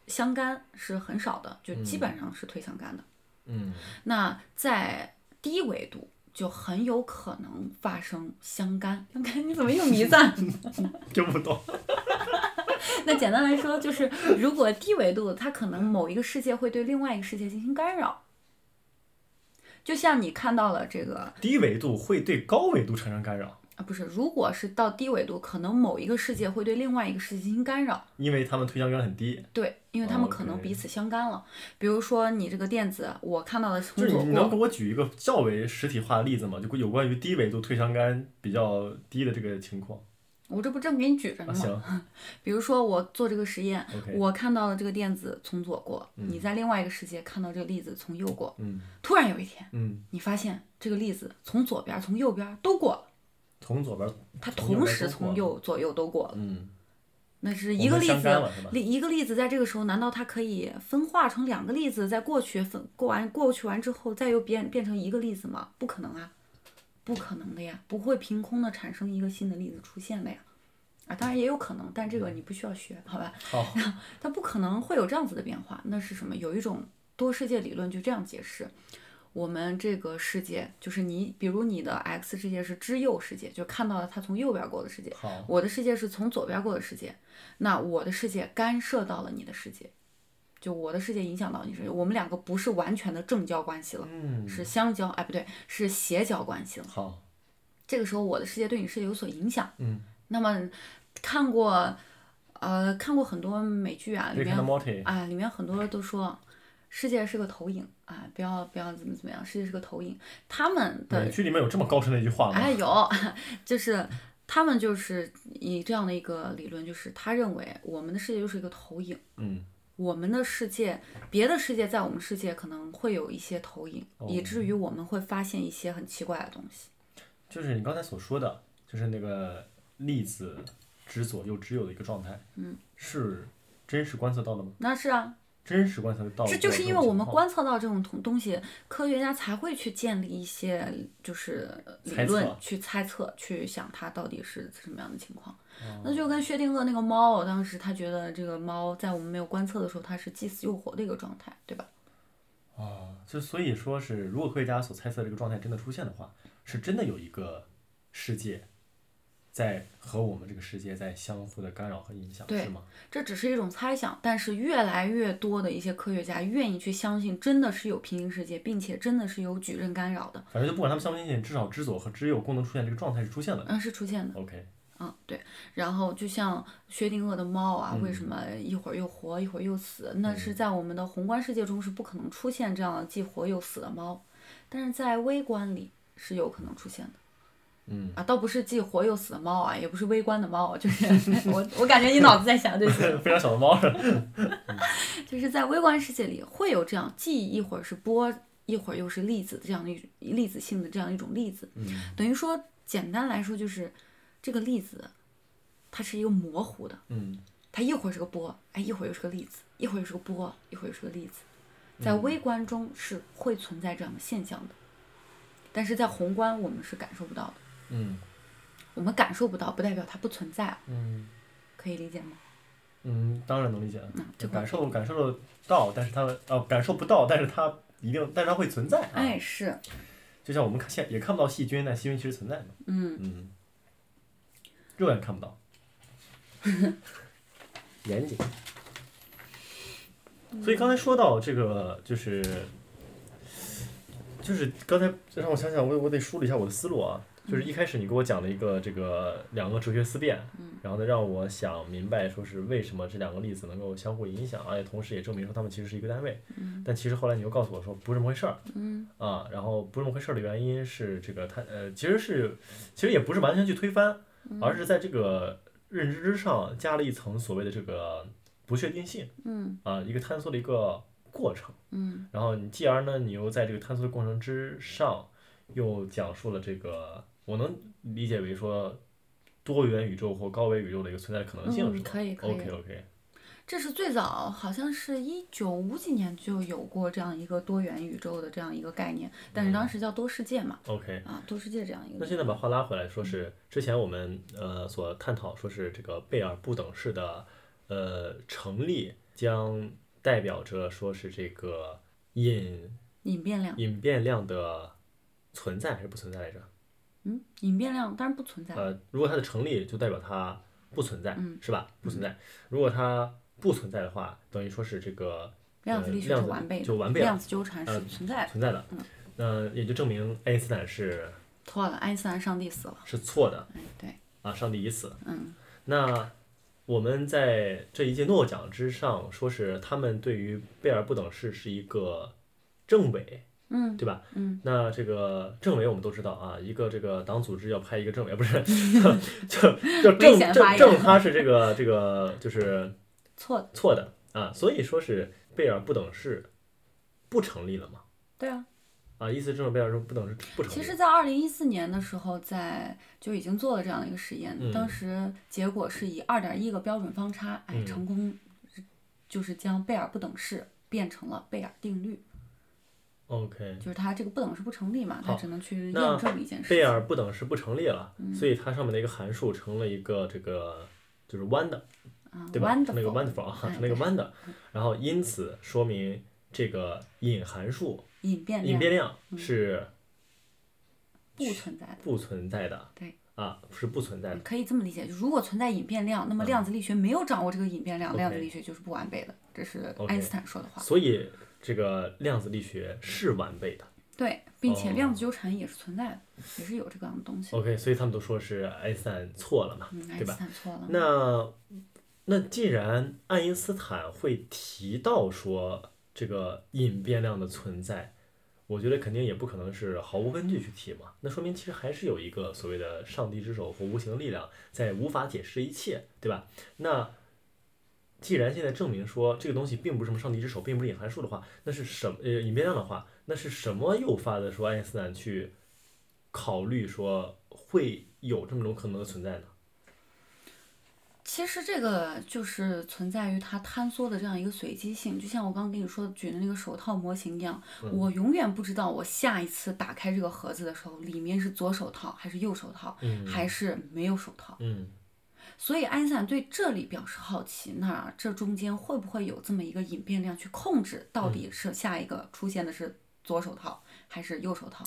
S2: 相干是很少的，就基本上是退相干的。
S1: 嗯
S2: 那在低维度就很有可能发生相干。相干你怎么
S1: (laughs)
S2: 又弥散？
S1: (laughs) 听不懂。
S2: 那简单来说就是，如果低维度，它可能某一个世界会对另外一个世界进行干扰。就像你看到了这个
S1: 低维度会对高维度产生干扰，
S2: 啊，不是，如果是到低维度，可能某一个世界会对另外一个世界进行干扰。
S1: 因为它们推向杆很低。
S2: 对，因为他们可能
S1: 哦 OK
S2: 彼此相干了。比如说你这个电子，我看到的是
S1: 就
S2: 从
S1: 是
S2: 左
S1: 你能给
S2: 过，
S1: 我举一个较为实体化的例子吗？就有关于低维度推向杆比较低的这个情况。
S2: 我这不正给你举着
S1: 啊，
S2: 呢吗？
S1: 行
S2: 比如说我做这个实验，
S1: ，OK，
S2: 嗯我看到了这个电子从左过，你在另外一个世界看到这个粒子从右过。
S1: 嗯
S2: 突然有一天，
S1: 嗯，
S2: 你发现这个粒子从左边、从右边都过了，
S1: 从左边，
S2: 它
S1: 从右边
S2: 同时
S1: 都过
S2: 从
S1: 了
S2: 右左右都过了。
S1: 嗯，
S2: 那是
S1: 我
S2: 一个
S1: 们
S2: 粒
S1: 相干
S2: 子，
S1: 了是吧？
S2: 粒一个粒子在这个时候，难道它可以分化成两个粒子再过去分过完过去完之后，再又变变成一个粒子吗？不可能啊，不可能的呀，不会凭空的产生一个新的粒子出现的呀。啊，当然也有可能，但这个你不需要学，好吧？
S1: 嗯好，
S2: (laughs) 它不可能会有这样子的变化。那是什么？有一种多世界理论就这样解释：我们这个世界就是你，比如你的 X 世界是之右世界，就看到了它从右边过的世界；
S1: 好，
S2: 我的世界是从左边过的世界。那我的世界干涉到了你的世界，就我的世界影响到你世界。我们两个不是完全的正交关系了，
S1: 嗯，
S2: 是相交，哎，不对，是邪交关系了。
S1: 好，
S2: 这个时候我的世界对你世界有所影响。
S1: 嗯，
S2: 那么看过，呃，看过很多美剧啊，里
S1: 瑞克
S2: 面
S1: 和 Morty，
S2: 啊，里面很多都说世界是个投影啊，不要不要怎么怎么样，世界是个投影。他们
S1: 美
S2: 的
S1: 嗯剧里面有这么高深的一句话吗？
S2: 哎有， (laughs) 就是他们就是以这样的一个理论，就是他认为我们的世界就是一个投影。
S1: 嗯，
S2: 我们的世界，别的世界在我们世界可能会有一些投影，以至于我们会发现一些很奇怪的东西。
S1: 就是你刚才所说的，就是那个粒子之左右之右的一个状态，嗯，是真实观测到的吗？
S2: 那是啊，
S1: 真实观测到的，
S2: 这就是因为我们观测到这种东东西，科学家才会去建立一些就是呃理
S1: 猜测
S2: 论去猜测，去想它到底是什么样的情况。
S1: 哦
S2: 那就跟薛定谔那个猫，当时他觉得这个猫在我们没有观测的时候，它是既死又活的一个状态，对吧？
S1: 啊，就所以说是，如果科学家所猜测的这个状态真的出现的话，是真的有一个世界在和我们这个世界在相互的干扰和影响，
S2: 对
S1: 是吗？
S2: 这只是一种猜想，但是越来越多的一些科学家愿意去相信，真的是有平行世界，并且真的是有矩阵干扰的，
S1: 反正就不管他们相不相信，至少之左和之右共同出现这个状态是出现了的。
S2: 嗯，是出现的。
S1: OK，
S2: 嗯，对。然后就像薛定谔的猫啊，为什么一会儿又活，一会儿又死？那是在我们的宏观世界中是不可能出现这样既活又死的猫，但是在微观里是有可能出现的。
S1: 嗯 (laughs)
S2: 啊，倒不是既活又死的猫啊，也不是微观的猫，就是 (laughs) 我我感觉你脑子在想这些， (laughs)
S1: 非常小的猫是吧
S2: 就是在微观世界里会有这样既一会儿是波，一会儿又是粒子这样的一种粒子性的这样一种粒子，
S1: 嗯
S2: 等于说简单来说就是这个粒子，它是一个模糊的。
S1: 嗯，
S2: 它一会儿是个波，哎，一会儿又是个粒子，一会儿又是个波，一会儿又是个粒子，
S1: 嗯
S2: 在微观中是会存在这样的现象的，但是在宏观我们是感受不到的，
S1: 嗯
S2: 我们感受不到不代表它不存在，啊
S1: 嗯
S2: 可以理解吗？
S1: 嗯，当然能理解了，
S2: 嗯，这
S1: 就
S2: 块
S1: 感受感受得到，但是它哦感受不到，但是它一定，但是它会存在啊。
S2: 哎是，
S1: 就像我们看现也看不到细菌，但细菌其实存在嘛。
S2: 嗯，
S1: 嗯，肉眼看不到， (laughs) 严谨。所以刚才说到这个，就是就是刚才让我想想，我我得梳理一下我的思路啊。就是一开始你给我讲了一个这个两个哲学思辨，然后呢让我想明白说是为什么这两个粒子能够相互影响，而且同时也证明说它们其实是一个单位。但其实后来你又告诉我说不是这么回事儿，啊，然后不是这么回事儿的原因是这个它呃其实是其实也不是完全去推翻，
S2: 嗯
S1: 而是在这个认知之上加了一层所谓的这个不确定性，嗯，啊，一个探索的一个过程，嗯，然后你继而呢，你又在这个探索的过程之上，又讲述了这个，我能理解为说多元宇宙或高维宇宙的一个存在的可能性，
S2: 嗯
S1: 是吧？
S2: 可以可以
S1: OK OK，
S2: 这是最早好像是一九五几年就有过这样一个多元宇宙的这样一个概念，但是当时叫多世界嘛，
S1: OK，
S2: 啊，多世界这样一
S1: 嗯那
S2: 个，
S1: 现在把话拉回来，说是之前我们呃所探讨，说是这个贝尔不等式的呃成立，将代表着说是这个隐
S2: 隐变量，
S1: 隐变量的存在还是不存在来着？
S2: 嗯，隐变量当然不存在，
S1: 呃，如果它的成立，就代表它不存在，是吧？不存在。如果它不存在的话，等于说是这个
S2: 量子力学
S1: 呃量
S2: 是
S1: 子
S2: 完备的，
S1: 就完备了
S2: 量子纠缠是
S1: 呃
S2: 不存在的。
S1: 存在的。那也就证明爱因斯坦是
S2: 错了，爱因斯坦上帝死了。
S1: 是错的，
S2: 哎，对，
S1: 啊，上帝已死。
S2: 嗯，
S1: 那我们在这一届诺奖之上，说是他们对于贝尔不等式是一个证伪，
S2: 嗯
S1: 对吧？
S2: 嗯，
S1: 那这个政委我们都知道啊，一个这个党组织要派一个政委，
S2: (laughs)
S1: 不是就就
S2: 危
S1: 政
S2: 险发
S1: 政政
S2: 言
S1: 他是这个这个就是
S2: 错的，
S1: 错的啊，所以说是贝尔不等式不成立了嘛？
S2: 对啊。
S1: 啊，伊斯政贝尔说不等式不成立。
S2: 其实，在二零一四年的时候，在就已经做了这样的一个实验，
S1: 嗯
S2: 当时结果是以二点一个标准方差，哎，
S1: 嗯
S2: 成功就是将贝尔不等式变成了贝尔定律，
S1: OK，
S2: 就是它这个不等式不成立嘛，它
S1: 好
S2: 只能去
S1: 那
S2: 验证一件事
S1: 贝尔
S2: 情。
S1: 不等式不成立了，
S2: 嗯
S1: 所以它上面的一个函数成了一个这个就是弯的，
S2: 啊
S1: 对吧？成了一个
S2: wonderful，
S1: wonderful 啊，
S2: 哎
S1: 成了一个弯的，然后因此说明这个引函数
S2: 隐变
S1: 引
S2: 量嗯
S1: 变量是
S2: 不存在的，
S1: 不存在的，
S2: 对
S1: 啊，是不存在的。
S2: 可以这么理解，就如果存在隐变量，那么量子力学没有掌握这个隐变量，
S1: 嗯 OK
S2: 量子力学就是不完备的，这是
S1: OK
S2: 爱因斯坦说的话。
S1: 所以这个量子力学是完备的。
S2: 对，并且
S1: 哦
S2: 量子纠缠也是存在的，也是有这个样的东西。
S1: OK，所以他们都说是爱因斯坦错了嘛，
S2: 嗯，爱
S1: 对
S2: 因
S1: 吧
S2: 斯？坦错了。
S1: 那那既然爱因斯坦会提到说这个隐变量的存在，我觉得肯定也不可能是毫无根据去提嘛。那说明其实还是有一个所谓的上帝之手或无形力量在无法解释一切，对吧？那既然现在证明说这个东西并不是什么上帝之手，并不是隐函数的话，那是什么？呃，隐变量的话，那是什么诱发的说爱因斯坦去考虑说会有这么种可能的存在呢？
S2: 其实这个就是存在于它坍缩的这样一个随机性，就像我刚刚跟你说举的那个手套模型一样，
S1: 嗯
S2: 我永远不知道我下一次打开这个盒子的时候，里面是左手套还是右手套，
S1: 嗯
S2: 还是没有手套。
S1: 嗯
S2: 所以爱因斯坦对这里表示好奇，那这中间会不会有这么一个隐变量去控制，到
S1: 嗯
S2: 底是下一个出现的是左手套还是右手套？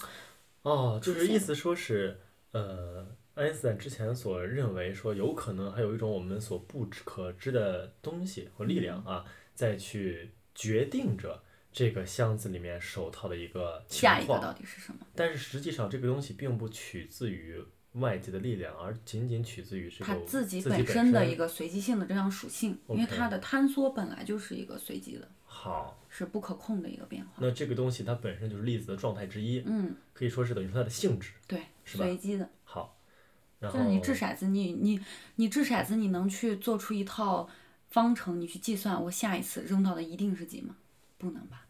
S1: 哦，就
S2: 出
S1: 是
S2: 现
S1: 意思说是，呃，爱因斯坦之前所认为说，有可能还有一种我们所不知可知的东西和力
S2: 嗯
S1: 量啊，再去决定着这个箱子里面手套的一个情
S2: 下一个
S1: 况。
S2: 到底是什么？
S1: 但是实际上，这个东西并不取自于外界的力量，而仅仅取自于这个
S2: 它自己
S1: 本
S2: 本身的一个随机性的这样属性，因为
S1: OK
S2: 它的坍缩本来就是一个随机的，
S1: 好。
S2: 是不可控的一个变化。
S1: 那这个东西它本身就是粒子的状态之一，
S2: 嗯，
S1: 可以说是等于说它的性质。
S2: 对，
S1: 是吧哦
S2: 随机的，
S1: 好，然
S2: 就
S1: 后
S2: 是你掷骰子，你你你掷骰子，你能去做出一套方程，你去计算我下一次扔到的一定是几吗？不能吧？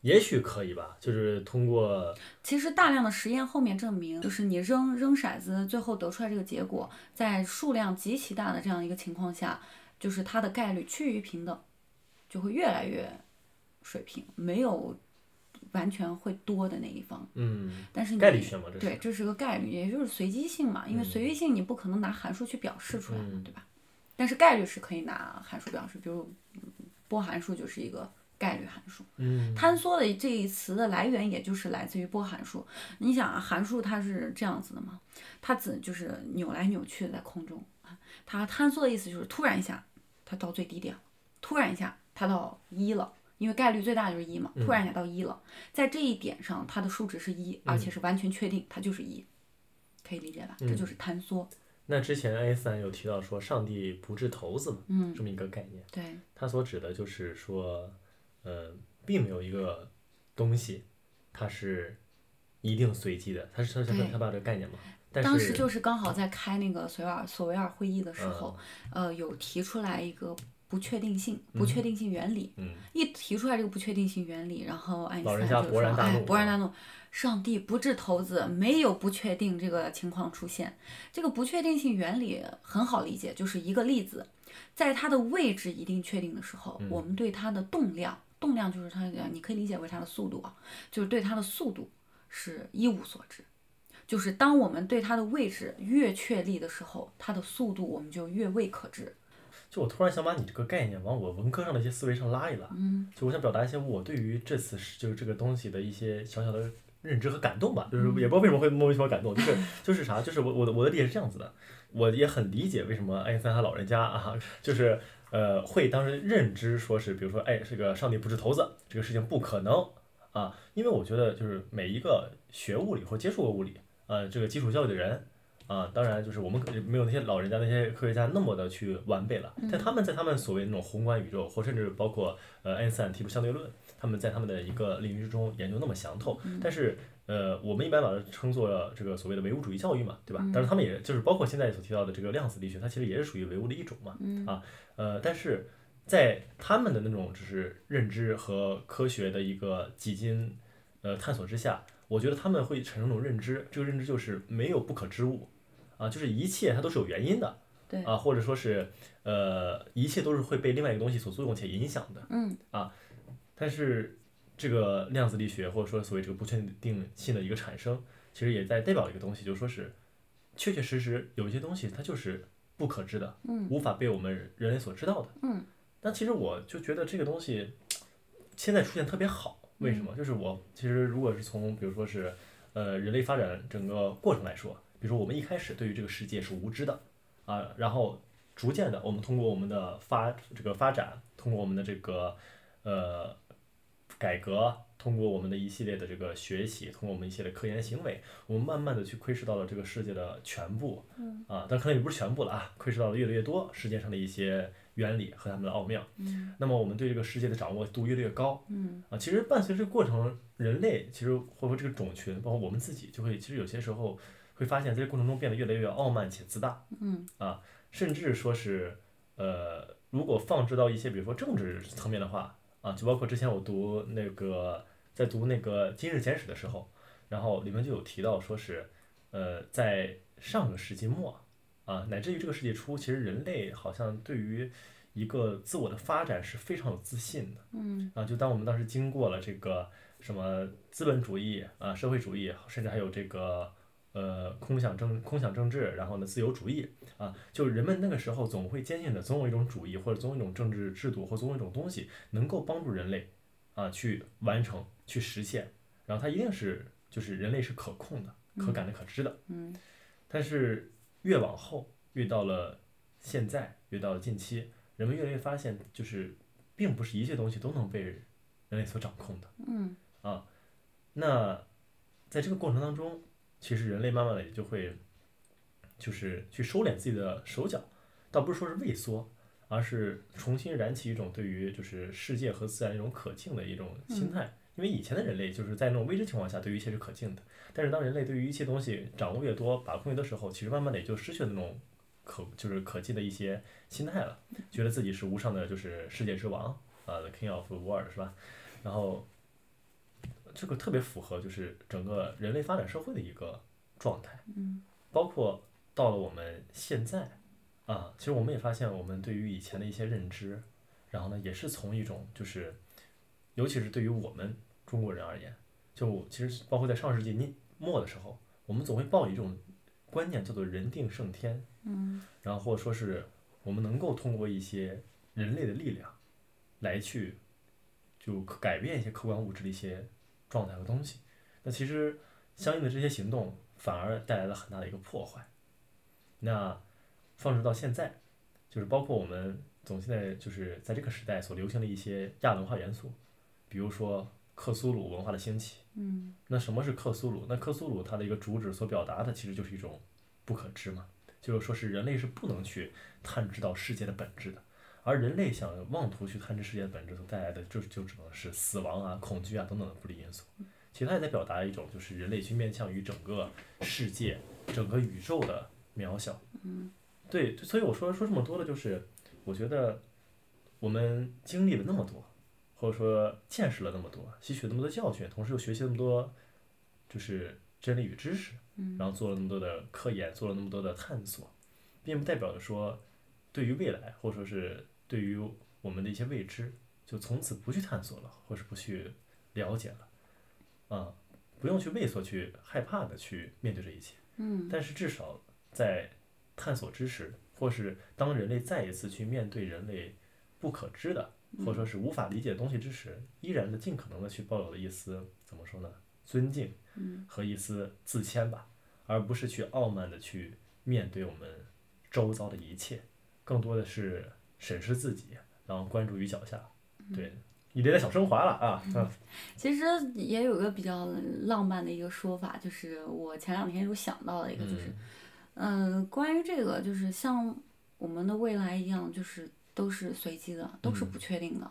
S1: 也许可以吧，就是通过
S2: 其实大量的实验后面证明，就是你扔扔骰子，最后得出来这个结果，在数量极其大的这样一个情况下，就是它的概率趋于平等，就会越来越水平，没有完全会多的那一方。
S1: 嗯
S2: 但是你
S1: 概率学嘛，这是。
S2: 对，这是个概率，也就是随机性嘛，因为随机性你不可能拿函数去表示出来嘛，
S1: 嗯
S2: 对吧？但是概率是可以拿函数表示，比如嗯波函数就是一个概率函数。
S1: 嗯
S2: 坍缩的这一词的来源，也就是来自于波函数。你想啊，函数它是这样子的嘛，它只就是扭来扭去的在空中啊。它坍缩的意思就是突然一下，它到最低点了；突然一下，它到一了，因为概率最大就是一嘛。突然一下到一了，在这一点上，它的数值是一，而
S1: 嗯
S2: 且是完全确定，它就是一，可以理解吧？这就是坍缩。
S1: 那之前爱因斯坦有提到说上帝不掷骰子嘛，
S2: 嗯，
S1: 这么一个概念，
S2: 对，
S1: 他所指的就是说，呃，并没有一个东西它是一定随机的，他是他
S2: 对
S1: 他他把这个概念嘛，但是
S2: 当时就是刚好在开那个索维尔索维尔会议的时候，
S1: 嗯
S2: 呃，有提出来一个不确定性不确定性原理。
S1: 嗯
S2: 一提出来这个不确定性原理，然后爱因
S1: 老
S2: 斯
S1: 人
S2: 坦
S1: 家
S2: 就
S1: 勃
S2: 说：“
S1: 然大
S2: 哎
S1: 怒，啊
S2: 勃然大怒，上帝不掷骰子，没有不确定这个情况出现。”这个不确定性原理很好理解，就是一个粒子在它的位置一定确定的时候，
S1: 嗯
S2: 我们对它的动量，动量就是它的，你可以理解为它的速度啊，就是对它的速度是一无所知。就是当我们对它的位置越确立的时候，它的速度我们就越未可知。
S1: 就我突然想把你这个概念往我文科上的一些思维上拉一拉，
S2: 嗯，
S1: 就我想表达一些我对于这次事就是这个东西的一些小小的认知和感动吧，就是也不知道为什么会莫名其妙感动，就是就是啥，就是我我的我的理解是这样子的，我也很理解为什么爱因斯坦他老人家啊，就是呃会当时认知说是，比如说哎这个上帝不掷骰子这个事情不可能啊，因为我觉得就是每一个学物理或接触过物理呃这个基础教育的人，啊，当然就是我们可没有那些老人家那些科学家那么的去完备了，但他们在他们所谓那种宏观宇宙，或甚至包括呃爱因斯坦提出相对论，他们在他们的一个领域之中研究那么详透，但是呃我们一般把它称作这个所谓的唯物主义教育嘛，对吧？但是他们也就是包括现在所提到的这个量子力学，它其实也是属于唯物的一种嘛，啊呃但是在他们的那种就是认知和科学的一个几经呃探索之下。我觉得他们会产生一种认知，这个认知就是没有不可知物，啊，就是一切它都是有原因的，
S2: 对
S1: 啊，或者说是呃，一切都是会被另外一个东西所作用且影响的，
S2: 嗯
S1: 啊，但是这个量子力学或者说所谓这个不确定性的一个产生，其实也在代表一个东西，就是说是确确实实有一些东西它就是不可知的，
S2: 嗯
S1: 无法被我们人类所知道的，
S2: 嗯，
S1: 但其实我就觉得这个东西现在出现特别好，为什么？就是我其实如果是从比如说是呃人类发展整个过程来说，比如说我们一开始对于这个世界是无知的啊，然后逐渐的我们通过我们的发这个发展，通过我们的这个呃改革，通过我们的一系列的这个学习，通过我们一系列科研行为，我们慢慢的去窥视到了这个世界的全部，嗯、啊，但可能也不是全部了啊，窥视到了越来越多世界上的一些原理和它们的奥妙。嗯、那么我们对这个世界的掌握度越来越高，
S2: 嗯
S1: 啊，其实伴随这个过程，人类其实或者说这个种群，包括我们自己，就会其实有些时候会发现，在这个过程中变得越来越傲慢且自大。嗯。啊，甚至说是呃，如果放置到一些比如说政治层面的话，啊，就包括之前我读那个在读那个《今日简史》的时候，然后里面就有提到说是呃，在上个世纪末啊，乃至于这个世纪初，其实人类好像对于一个自我的发展是非常有自信的。啊，就当我们当时经过了这个什么资本主义啊、社会主义，甚至还有这个呃空想政空想政治，然后呢自由主义啊，就人们那个时候总会坚信的，总有一种主义或者总有一种政治制度或总有一种东西能够帮助人类啊去完成、去实现，然后它一定是就是人类是可控的、可感的、可知的。嗯。但是越往后，越到了现在，越到了近期，人们越来越发现就是。并不是一切东西都能被人类所掌控的。
S2: 嗯
S1: 啊，那在这个过程当中，其实人类慢慢的也就会，就是去收敛自己的手脚，倒不是说是畏缩，而是重新燃起一种对于就是世界和自然一种可敬的一种心态。因为以前的人类就是在那种未知情况下对于一切是可敬的，但是当人类对于一切东西掌握越多、把控越多时候，其实慢慢的也就失去了那种可就是可敬的一些心态了，觉得自己是无上的就是世界之王啊，the king of the world 是吧？然后这个特别符合就是整个人类发展社会的一个状态，包括到了我们现在啊，其实我们也发现我们对于以前的一些认知，然后呢也是从一种就是，尤其是对于我们中国人而言，就其实包括在上世纪你末的时候，我们总会抱以一种观念叫做人定胜天。然后或者说是我们能够通过一些人类的力量来去就可改变一些客观物质的一些状态和东西。那其实相应的这些行动反而带来了很大的一个破坏。那放置到现在，就是包括我们总现在就是在这个时代所流行的一些亚文化元素，比如说克苏鲁文化的兴起。嗯。那什么是克苏鲁？那克苏鲁它的一个主旨所表达的其实就是一种不可知嘛。就是说是人类是不能去探知到世界的本质的，而人类想妄图去探知世界的本质所带来的就就只能是死亡啊、恐惧啊等等的不利因素。其实它也在表达一种就是人类去面向于整个世界、整个宇宙的渺小。嗯，对，所以我说说这么多的就是，我觉得我们经历了那么多，或者说见识了那么多，吸取了那么多教训，同时又学习了那么多，就是真理与知识。然后做了那么多的科研，做了那么多的探索，并不代表着说，对于未来或者说是对于我们的一些未知，就从此不去探索了，或是不去了解了，啊、不用去畏缩、去害怕的去面对这一切。嗯，但是至少在探索之时，或是当人类再一次去面对人类不可知的，或者说是无法理解的东西之时，依然的尽可能的去抱有了一丝怎么说呢，尊敬。和一丝自谦吧，而不是去傲慢的去面对我们周遭的一切，更多的是审视自己，然后关注于脚下。
S2: 嗯
S1: 对，你这在小升华了啊！嗯，
S2: 其实也有一个比较浪漫的一个说法，就是我前两天有想到的一个，就是嗯，关于这个，就是像我们的未来一样，就是都是随机的，都是不确定的，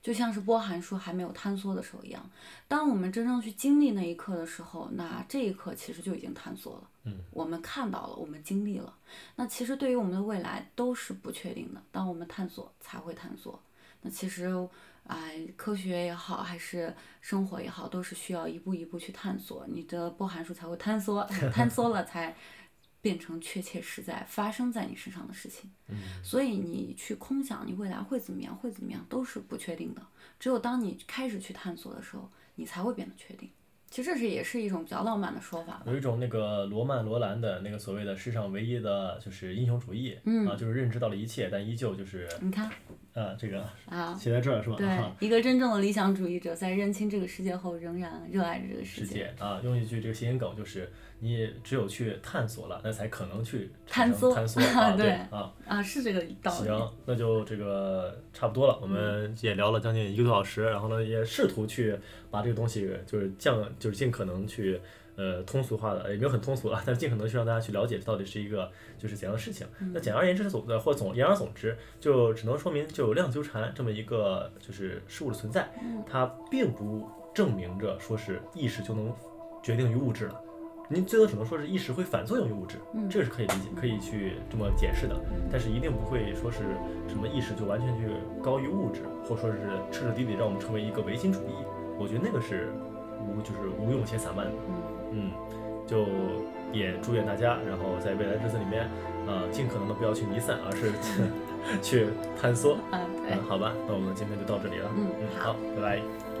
S2: 就像是波函数还没有坍缩的时候一样。当我们真正去经历那一刻的时候，那这一刻其实就已经坍缩了。
S1: 嗯，
S2: 我们看到了，我们经历了。那其实对于我们的未来都是不确定的。当我们探索，才会探索。那其实，哎、科学也好，还是生活也好，都是需要一步一步去探索，你的波函数才会坍缩，哎坍缩了才变成确切实在发生在你身上的事情。
S1: 嗯
S2: 所以你去空想你未来会怎么样，会怎么样，都是不确定的。只有当你开始去探索的时候，你才会变得确定。其实这是也是一种比较浪漫的说法吧。
S1: 有一种那个罗曼·罗兰的那个所谓的世上唯一的就是英雄主义，嗯、啊，就是认知到了一切，但依旧就是
S2: 你看
S1: 呃，这
S2: (laughs)
S1: 个 (laughs)
S2: 啊，
S1: 写在这儿是吧？
S2: 对
S1: 啊，
S2: 一个真正的理想主义者，在认清这个世界后，仍然热爱着这个世
S1: 世
S2: 界。
S1: 界啊，用一句这个谐音梗就是，你也只有去探索了，那才可能去产
S2: 探
S1: 生
S2: 索
S1: 探索
S2: (laughs)
S1: 啊，
S2: 对
S1: 啊。
S2: 啊，是这个道理。嗯
S1: 行，那就这个差不多了，我们也聊了将近一个多小时，然后呢，也试图去把这个东西就是降，就是尽可能去呃通俗化的，也没有很通俗啊， (laughs) 但是尽可能去让大家去了解这到底是一个就是怎样的事情。
S2: 嗯
S1: 那简而言之总的或总言而总之，就只能说明就有量子纠缠这么一个就是事物的存在，
S2: 嗯
S1: 它并不证明着说是意识就能决定于物质了。您最多只能说是意识会反作用于物质，
S2: 嗯
S1: 这个是可以理解、可以去这么解释的，但是一定不会说是什么意识就完全去高于物质，或者说是彻彻底底让我们成为一个唯心主义。我觉得那个是无就是无用且散漫的。
S2: 嗯，
S1: 嗯，就也祝愿大家，然后在未来日子里面，呃，尽可能的不要去弥散，而是 (laughs) 去探索。
S2: 啊，对啊
S1: 嗯，。好吧，那我们今天就到这里了。
S2: 嗯
S1: 好，拜拜。
S2: 拜拜。